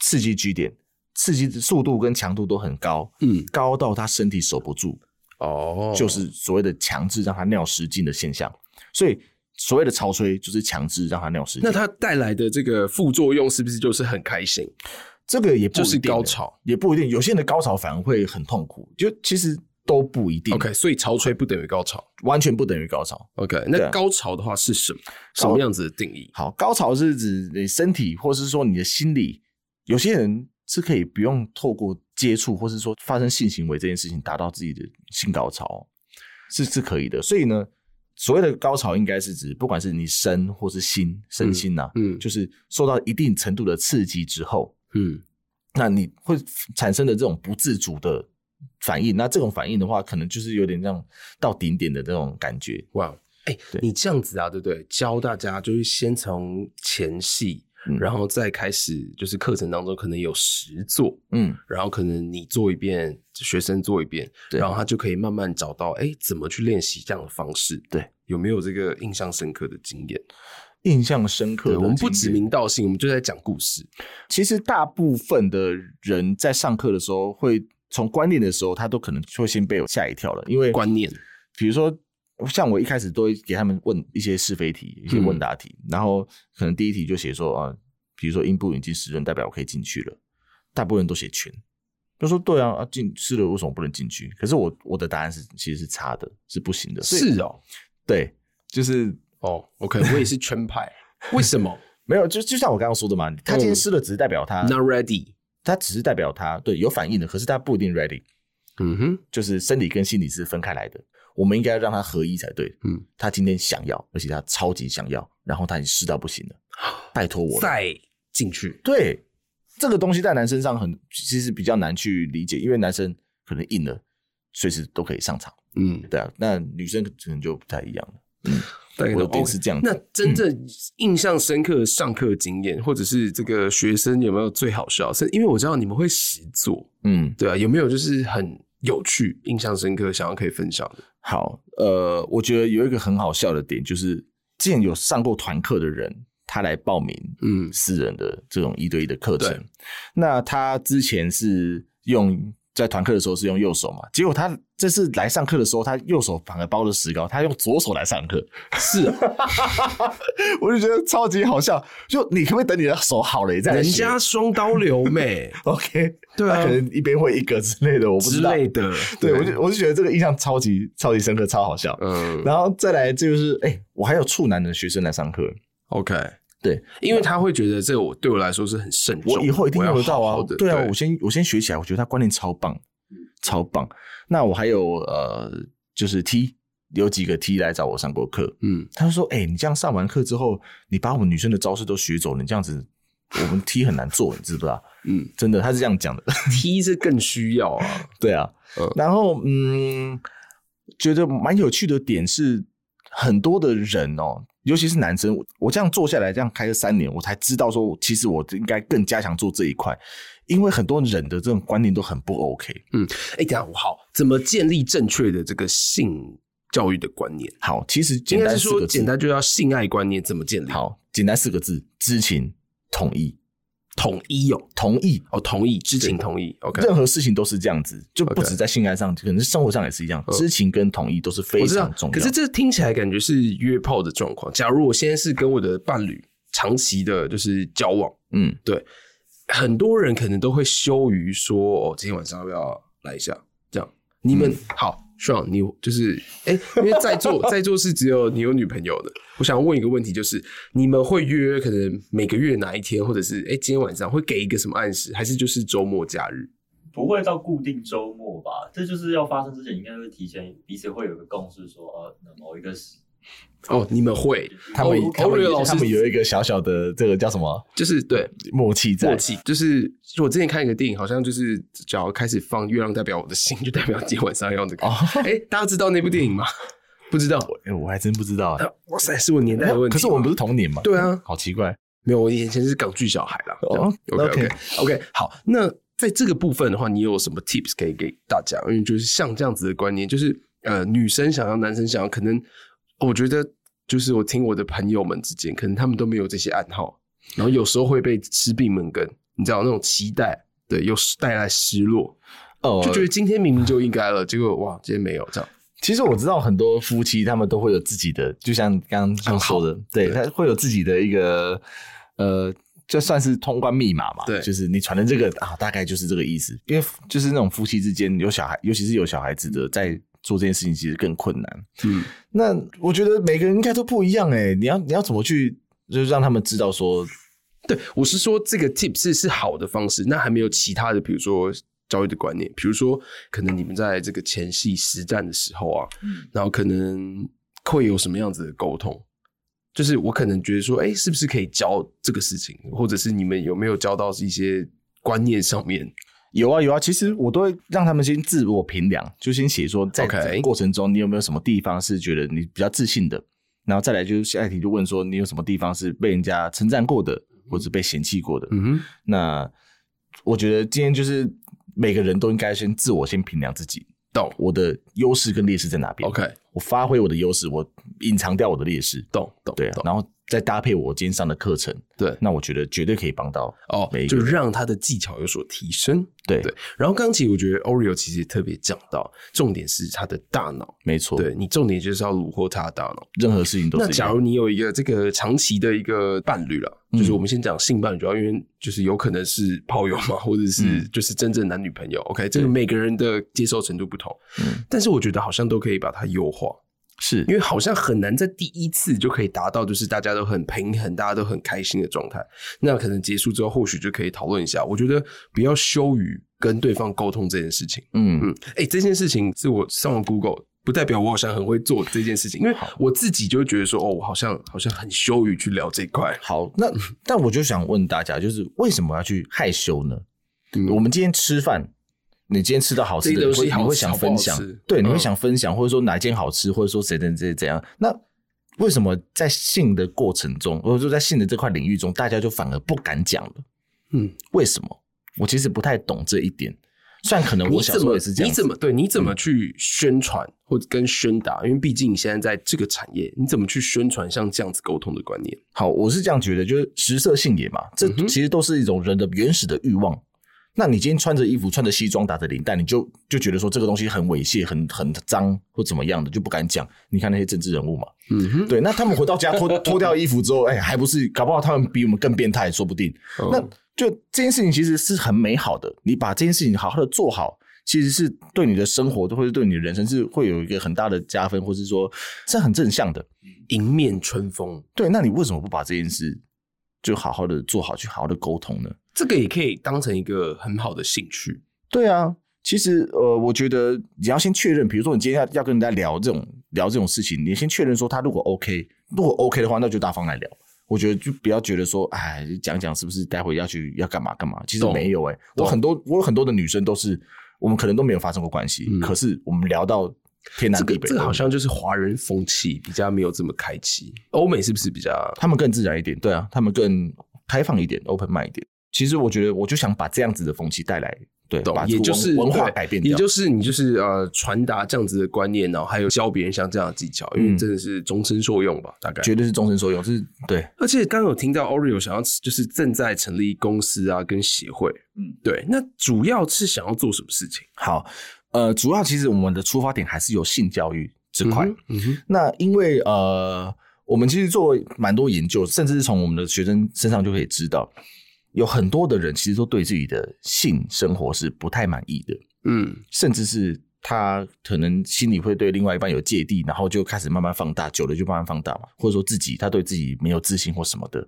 Speaker 4: 刺激 G 点，刺激的速度跟强度都很高，
Speaker 3: 嗯，
Speaker 4: 高到她身体守不住，
Speaker 3: 哦，
Speaker 4: 就是所谓的强制让他尿失禁的现象。所以所谓的潮吹就是强制让他尿失禁。
Speaker 3: 那它带来的这个副作用是不是就是很开心？
Speaker 4: 这个也不一
Speaker 3: 就
Speaker 4: 定欸
Speaker 3: 是高潮，
Speaker 4: 也不一定。有些人的高潮反而会很痛苦，就其实都不一定
Speaker 3: OK，所以潮吹不等于高潮。
Speaker 4: 完全不等于高潮。
Speaker 3: OK，
Speaker 4: 对
Speaker 3: 那
Speaker 4: 啊
Speaker 3: 高潮的话是什么？什么样子的定义？
Speaker 4: 好，高潮是指你身体或是说你的心理，有些人是可以不用透过接触或是说发生性行为这件事情达到自己的性高潮，是是可以的。所以呢，所谓的高潮应该是指不管是你身或是心身心呐、
Speaker 3: 嗯
Speaker 4: 就是受到一定程度的刺激之后，
Speaker 3: 嗯，
Speaker 4: 那你会产生的这种不自主的反应。那这种反应的话，可能就是有点那种到顶点的那种感觉。
Speaker 3: 哇，哎、
Speaker 4: 对
Speaker 3: 你这样子啊，对不对？教大家就是先从前戏，
Speaker 4: 嗯
Speaker 3: 然后再开始，就是课程当中可能有十做，
Speaker 4: 嗯，
Speaker 3: 然后可能你做一遍，学生做一遍，
Speaker 4: 对
Speaker 3: 然后他就可以慢慢找到，哎、怎么去练习这样的方式？
Speaker 4: 对，
Speaker 3: 有没有这个印象深刻的经验？
Speaker 4: 印象深刻
Speaker 3: 对，
Speaker 4: 的
Speaker 3: 我们
Speaker 4: 经
Speaker 3: 不指
Speaker 4: 验
Speaker 3: 名道姓，我们就在讲故事。
Speaker 4: 其实大部分的人在上课的时候，会从观念的时候，他都可能会先被我吓一跳了，因为
Speaker 3: 观念，
Speaker 4: 比如说像我一开始都会给他们问一些是非题、一些问答题，然后可能第一题就写说啊，比如说阴部已经湿润，代表我可以进去了，大部分人都写全。就说对啊，啊进湿了为什么不能进去？可是我我的答案是其实是差的，是不行的。所以
Speaker 3: 是哦，
Speaker 4: 对，就是
Speaker 3: 哦，OK，我也是圈
Speaker 4: (laughs)
Speaker 3: 派，为什么
Speaker 4: 没有，就就像我刚刚说的嘛，他今天湿了只是代表他，
Speaker 3: not ready？
Speaker 4: 他只是代表他对有反应的，可是他不一定 ready。
Speaker 3: 嗯哼，
Speaker 4: 就是生理跟心理是分开来的，我们应该让它合一才对。
Speaker 3: 嗯，
Speaker 4: 他今天想要，而且他超级想要，然后他已经试到不
Speaker 3: (laughs)
Speaker 4: 行了，拜托我了。
Speaker 3: 再进去，
Speaker 4: 对，这个东西在男生上很其实比较难去理解，因为男生可能硬了，随时都可以上场。
Speaker 3: 嗯，
Speaker 4: 对啊，那女生可能就不太一样了。
Speaker 3: 大概哦
Speaker 4: 我
Speaker 3: 懂
Speaker 4: 的点是这样
Speaker 3: OK，那真正印象深刻的上课经验，或者是这个学生有没有最好笑？是因为我知道你们会实做，
Speaker 4: 嗯，
Speaker 3: 对啊，有没有就是很有趣、印象深刻，想要可以分享的？
Speaker 4: 好，呃，我觉得有一个很好笑的点就是，之前有上过团课的人，他来报名，
Speaker 3: 嗯
Speaker 4: 私人的这种一对一的课
Speaker 3: 对
Speaker 4: 程。那他之前是用在团课的时候是用右手嘛，结果他这次来上课的时候，他右手反而包了石膏，他用左手来上课，
Speaker 3: 是啊，
Speaker 4: (laughs) 我就觉得超级好笑。就你可不可以等你的手好了，你再来
Speaker 3: 人
Speaker 4: 学
Speaker 3: 家双刀流
Speaker 4: (laughs)
Speaker 3: 妹
Speaker 4: OK，
Speaker 3: 对啊
Speaker 4: 他可能一边会一个之类的，我不
Speaker 3: 之
Speaker 4: 知道。
Speaker 3: 类的，
Speaker 4: 对，我就我就觉得这个印象超级超级深刻，超好笑。
Speaker 3: 嗯
Speaker 4: 然后再来就是，哎、我还有处男的学生来上课，
Speaker 3: ，OK，
Speaker 4: 对
Speaker 3: 因为他会觉得这个我对我来说是很慎重，
Speaker 4: 我以后一定
Speaker 3: 我要
Speaker 4: 用得到啊。
Speaker 3: 好好地
Speaker 4: 对啊，我先我先学起来，我觉得他观念超棒，超棒。那我还有呃，就是 T 有几个 T 来找我上过课，
Speaker 3: 嗯，
Speaker 4: 他就说：“哎、你这样上完课之后，你把我们女生的招式都学走了，你这样子我们 T 很难做，你知不知道？”
Speaker 3: 嗯，
Speaker 4: 真的，他是这样讲的。 (laughs)
Speaker 3: 踢是更需要啊，
Speaker 4: 对啊，
Speaker 3: 嗯
Speaker 4: 然后嗯，觉得蛮有趣的点是，很多的人哦，尤其是男生，我我这样做下来，这样开了三年，我才知道说，其实我应该更加强做这一块，因为很多人的这种观念都很不 OK。
Speaker 3: 哎、等一下我好，怎么建立正确的这个性教育的观念？
Speaker 4: 好，其实
Speaker 3: 应
Speaker 4: 简
Speaker 3: 该
Speaker 4: 单
Speaker 3: 是
Speaker 4: 四
Speaker 3: 说
Speaker 4: 个字，
Speaker 3: 简单就叫性爱观念怎么建立？，
Speaker 4: 好，简单四个字，知情同意。
Speaker 3: 统一哦，
Speaker 4: 同意。
Speaker 3: 哦，同意，知情同意，OK，
Speaker 4: 任何事情都是这样子，就不
Speaker 3: OK 嗯
Speaker 4: 止在性爱上，可能是生活上也是一样，知情跟同意都是非
Speaker 3: 我知道
Speaker 4: 常重要。
Speaker 3: 可是这听起来感觉是约炮的状况。假如我现在是跟我的伴侣长期的，就是交往，
Speaker 4: 嗯，
Speaker 3: 很多人可能都会羞于说：“哦，今天晚上要不要来一下？”这样，你
Speaker 4: 嗯
Speaker 3: 们、好，Sean，你就是哎、因为在
Speaker 4: (laughs)
Speaker 3: 座在座是只有你有女朋友的。我想问一个问题，就是你们会约可能每个月哪一天，或者是哎、今天晚上会给一个什么暗示，还是就是周末假日？
Speaker 1: 不会到固定周末吧？这就是要发生之前，应该会提前彼此会有个共识说，呃，那某一个时
Speaker 3: 哦，你们会，
Speaker 4: 他们
Speaker 3: 哦
Speaker 4: 他们
Speaker 3: 欧瑞老师
Speaker 4: 他们有一个小小的这个叫什么
Speaker 3: 就是对
Speaker 4: 默契在，
Speaker 3: 默契，就是就我之前看一个电影，好像就是只要开始放《月亮代表我的心》，就代表今天晚上要那个。
Speaker 4: 哦
Speaker 3: 哎、大家知道那部电影吗？不知道。
Speaker 4: 哎我还真不知道哎
Speaker 3: 啊。哇塞，是我年代的问题。
Speaker 4: 可是我们不是同年嘛？嗯
Speaker 3: 对啊，
Speaker 4: 好奇怪。
Speaker 3: 没有，我以前是港剧小孩啦。
Speaker 4: 哦
Speaker 3: OK OK
Speaker 4: OK
Speaker 3: OK，好，那在这个部分的话，你有什么 tips 可以给大家？因为就是像这样子的观念，就是呃，女生想要，男生想要，可能我觉得就是我听我的朋友们之间，可能他们都没有这些暗号，然后有时候会被吃闭门羹，你知道那种期待，对，又带来失落，
Speaker 4: 哦
Speaker 3: 就觉得今天明明就应该了，结果哇，今天没有这样。
Speaker 4: 其实我知道很多夫妻他们都会有自己的，就像刚刚说的，对
Speaker 3: 对
Speaker 4: 他会有自己的一个呃，就算是通关密码嘛，
Speaker 3: 对
Speaker 4: 就是你传的这个啊，大概就是这个意思。因为就是那种夫妻之间有小孩，尤其是有小孩子的，在做这件事情其实更困难。
Speaker 3: 嗯，
Speaker 4: 那我觉得每个人应该都不一样哎、你要你要怎么去，就是让他们知道说，
Speaker 3: 对，我是说这个 tip 是是好的方式，那还没有其他的，比如说教育的观念，比如说可能你们在这个前戏实战的时候啊，然后可能会有什么样子的沟通？就是我可能觉得说，哎、是不是可以教这个事情，或者是你们有没有教到一些观念上面？
Speaker 4: 有啊有啊，其实我都会让他们先自我评量，就先写说在
Speaker 3: OK
Speaker 4: 这个过程中你有没有什么地方是觉得你比较自信的，然后再来就是下一题就问说你有什么地方是被人家称赞过的，或者被嫌弃过的。
Speaker 3: 嗯
Speaker 4: 那我觉得今天就是每个人都应该先自我先评量自己，
Speaker 3: 懂
Speaker 4: 我的优势跟劣势在哪边。
Speaker 3: ，OK，
Speaker 4: 我发挥我的优势，我隐藏掉我的劣势。
Speaker 3: 懂懂，
Speaker 4: 对啊，
Speaker 3: 懂，
Speaker 4: 然后再搭配我今天上的课程，
Speaker 3: 对，
Speaker 4: 那我觉得绝对可以帮到
Speaker 3: 哦
Speaker 4: 每，一个
Speaker 3: 就
Speaker 4: 人。
Speaker 3: 让他的技巧有所提升。
Speaker 4: 对
Speaker 3: 对，然后刚刚其实我觉得 Oreo 其实也特别讲到，重点是他的大脑。
Speaker 4: 没错，
Speaker 3: 对你重点就是要虏获他的大脑。
Speaker 4: 任何事情都是
Speaker 3: 那
Speaker 4: 一
Speaker 3: 假
Speaker 4: 样
Speaker 3: 如你有一个这个长期的一个伴侣了，
Speaker 4: 嗯
Speaker 3: 就是我们先讲性伴侣，主啊要因为就是有可能是炮友嘛，或者是
Speaker 4: 嗯
Speaker 3: 就是真正男女朋友。OK，这个
Speaker 4: 对
Speaker 3: 每个人的接受程度不同，
Speaker 4: 嗯
Speaker 3: 但是我觉得好像都可以把它优化，
Speaker 4: 是
Speaker 3: 因为好像很难在第一次就可以达到就是大家都很平衡、大家都很开心的状态。那可能结束之后，或许就可以讨论一下。我觉得不要羞于跟对方沟通这件事情。
Speaker 4: 嗯
Speaker 3: 嗯，哎、这件事情是我上网 Google，不代表我好像很会做这件事情，因为我自己就会觉得说，哦，我好像好像很羞于去聊这一块。
Speaker 4: 好，那但我就想问大家，就是为什么要去害羞呢？
Speaker 3: 嗯
Speaker 4: 我们今天吃饭，你今天吃到好吃
Speaker 3: 这
Speaker 4: 的，
Speaker 3: 个
Speaker 4: 你
Speaker 3: 东西
Speaker 4: 会你
Speaker 3: 好
Speaker 4: 会
Speaker 3: 吃
Speaker 4: 想
Speaker 3: 好不好
Speaker 4: 分享
Speaker 3: 吃，
Speaker 4: 对，你会
Speaker 3: 嗯
Speaker 4: 想分享，或者说哪间好吃，或者说谁怎怎怎样？那为什么在性的过程中，或者说在性的这块领域中，大家就反而不敢讲了？
Speaker 3: 嗯，
Speaker 4: 为什么？我其实不太懂这一点。虽然可能
Speaker 3: 你
Speaker 4: 我小
Speaker 3: 怎
Speaker 4: 时候
Speaker 3: 么
Speaker 4: 也是这样
Speaker 3: 你
Speaker 4: 子，嗯
Speaker 3: 怎么对？你怎么去宣传或者跟宣达？因为毕竟你现在在这个产业，你怎么去宣传像这样子沟通的观念？
Speaker 4: 好，我是这样觉得，就是食色性也嘛，这
Speaker 3: 嗯哼
Speaker 4: 其实都是一种人的原始的欲望。那你今天穿着衣服、穿着西装、打着领带，你就就觉得说这个东西很猥亵、很很脏或怎么样的，就不敢讲。你看那些政治人物嘛，
Speaker 3: 嗯哼，
Speaker 4: 对，那他们回到家脱脱掉衣服之后，哎、还不是搞不好他们比我们更变态，说不定。
Speaker 3: 哦
Speaker 4: 那就这件事情其实是很美好的，你把这件事情好好的做好，其实是对你的生活或者对你的人生是会有一个很大的加分，或是说是很正向的。
Speaker 3: 迎面春风，
Speaker 4: 对，那你为什么不把这件事就好好的做好，去好好的沟通呢？
Speaker 3: 这个也可以当成一个很好的兴趣。
Speaker 4: 对啊，其实呃，我觉得你要先确认，比如说你今天要要跟人家聊这种聊这种事情，你先确认说他如果 OK，如果 OK 的话，那就大方来聊。我觉得就不要觉得说，哎，讲讲是不是待会要去要干嘛干嘛？其实
Speaker 3: 懂
Speaker 4: 没有哎、我
Speaker 3: 懂
Speaker 4: 很多我有很多的女生都是，我们可能都没有发生过关系，
Speaker 3: 嗯
Speaker 4: 可是我们聊到天南
Speaker 3: 这
Speaker 4: 地
Speaker 3: 个
Speaker 4: 北的，
Speaker 3: 这个好像就是华人风气比较没有这么开启，欧美是不是比较
Speaker 4: 他们更自然一点，对啊，他们更开放一点，open mind 一点。其实我觉得，我就想把这样子的风气带来，对，
Speaker 3: 懂
Speaker 4: 把，这
Speaker 3: 也
Speaker 4: 个
Speaker 3: 就是
Speaker 4: 文文化
Speaker 3: 对
Speaker 4: 改变
Speaker 3: 也
Speaker 4: 掉。
Speaker 3: 就是你就是呃传达这样子的观念，然后还有教别人像这样的技巧，因为
Speaker 4: 嗯
Speaker 3: 真的是终身受用吧，大概。
Speaker 4: 啊绝对是终身受用，这是对，
Speaker 3: 而且刚刚有听到 Oreo 想要就是正在成立公司啊跟协会，
Speaker 1: 嗯，
Speaker 3: 对，那主要是想要做什么事情
Speaker 4: 好，呃，主要其实我们的出发点还是有性教育这块。
Speaker 3: 嗯哼嗯哼
Speaker 4: 那因为呃，我们其实做蛮多研究，甚至是从我们的学生身上就可以知道，有很多的人其实都对自己的性生活是不太满意的，
Speaker 3: 嗯，
Speaker 4: 甚至是他可能心里会对另外一半有芥蒂，然后就开始慢慢放大，久了就慢慢放大嘛，或者说自己他对自己没有自信或什么的，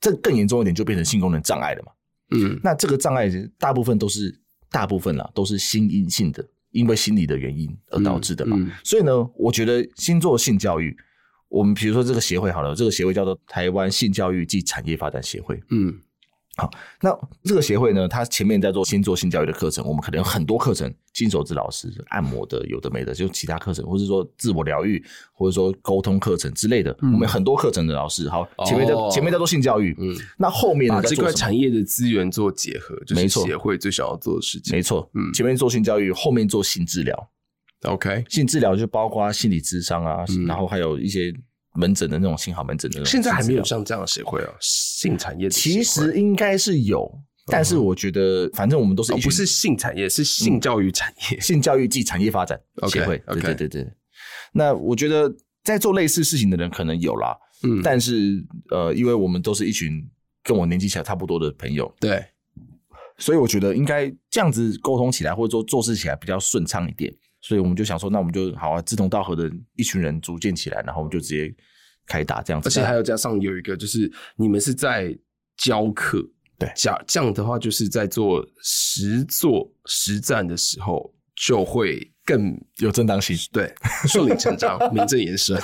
Speaker 4: 这更严重一点就变成性功能障碍了嘛。
Speaker 3: 嗯
Speaker 4: 那这个障碍大部分都是大部分啦，都是心因性的，因为心理的原因而导致的嘛。
Speaker 3: 嗯嗯
Speaker 4: 所以呢，我觉得星座性教育，我们比如说这个协会好了，这个协会叫做台湾性教育暨产业发展协会。
Speaker 3: 嗯
Speaker 4: 那这个协会呢，它前面在做星座性教育的课程，我们可能有很多课程，金手指老师、按摩的，有的没的，就其他课程，或者说自我疗愈，或者说沟通课程之类的，我们有很多课程的老师。好，前面在、
Speaker 3: 嗯哦
Speaker 4: 前面在做性教育，
Speaker 3: 嗯，
Speaker 4: 那后面
Speaker 3: 把
Speaker 4: 呢在
Speaker 3: 这
Speaker 4: 做
Speaker 3: 块
Speaker 4: 什么
Speaker 3: 产业的资源做结合，就是
Speaker 4: 没错
Speaker 3: 协会最想要做的事情。
Speaker 4: 没错，
Speaker 3: 嗯
Speaker 4: 前面做性教育，后面做性治疗。
Speaker 3: OK，
Speaker 4: 性治疗就包括心理智商啊，
Speaker 3: 嗯
Speaker 4: 然后还有一些门诊的那种性好门诊的那种。
Speaker 3: 现在还没有，像这样的协会啊，性产业的协会
Speaker 4: 其实应该是有，但是我觉得反正我们都是
Speaker 3: 哦
Speaker 4: 一群
Speaker 3: 不是性产业，是
Speaker 4: 嗯
Speaker 3: 性教育产业。
Speaker 4: 性教育暨产业发展
Speaker 3: OK，
Speaker 4: 协会。
Speaker 3: OK
Speaker 4: 对对对对。那我觉得在做类似事情的人可能有啦，
Speaker 3: 嗯，
Speaker 4: 但是呃，因为我们都是一群跟我年纪小差不多的朋友，
Speaker 3: 对，
Speaker 4: 所以我觉得应该这样子沟通起来，或者说做事起来比较顺畅一点。所以我们就想说，那我们就好啊，志同道合的一群人组建起来，然后我们就直接开打这样子。
Speaker 3: 而且还有加上有一个就是你们是在教课，
Speaker 4: 对
Speaker 3: 假这样的话就是在做实做实战的时候就会更
Speaker 4: (laughs) 有正当性。
Speaker 3: 对顺理成章，名正言顺，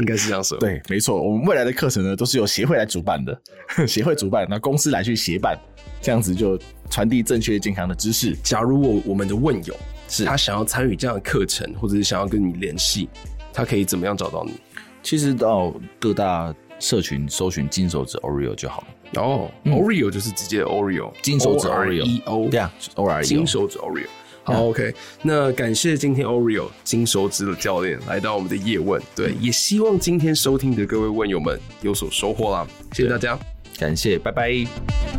Speaker 3: 应该是这样说。，
Speaker 4: (laughs) 对，没错，我们未来的课程呢，都是由协会来主办的，协会主办，那公司来去协办，这样子就传递正确健康的知识。
Speaker 3: 假如我我们的问友
Speaker 4: 是
Speaker 3: 他想要参与这样的课程，或者是想要跟你联系，他可以怎么样找到你？
Speaker 4: 其实到各大社群搜寻金手指 Oreo 就好了，
Speaker 3: 哦、
Speaker 4: 嗯
Speaker 3: o r e o 就是直接 Oreo，
Speaker 4: 金手指 Oreo
Speaker 3: E O，
Speaker 4: 对啊，O R E O
Speaker 3: 金手指 Oreo。好，OK，那感谢今天 Oreo 金手指的教练来到我们的叶问，对，也希望今天收听的各位问友们有所收获啦，谢谢大家。
Speaker 4: 感谢，拜拜。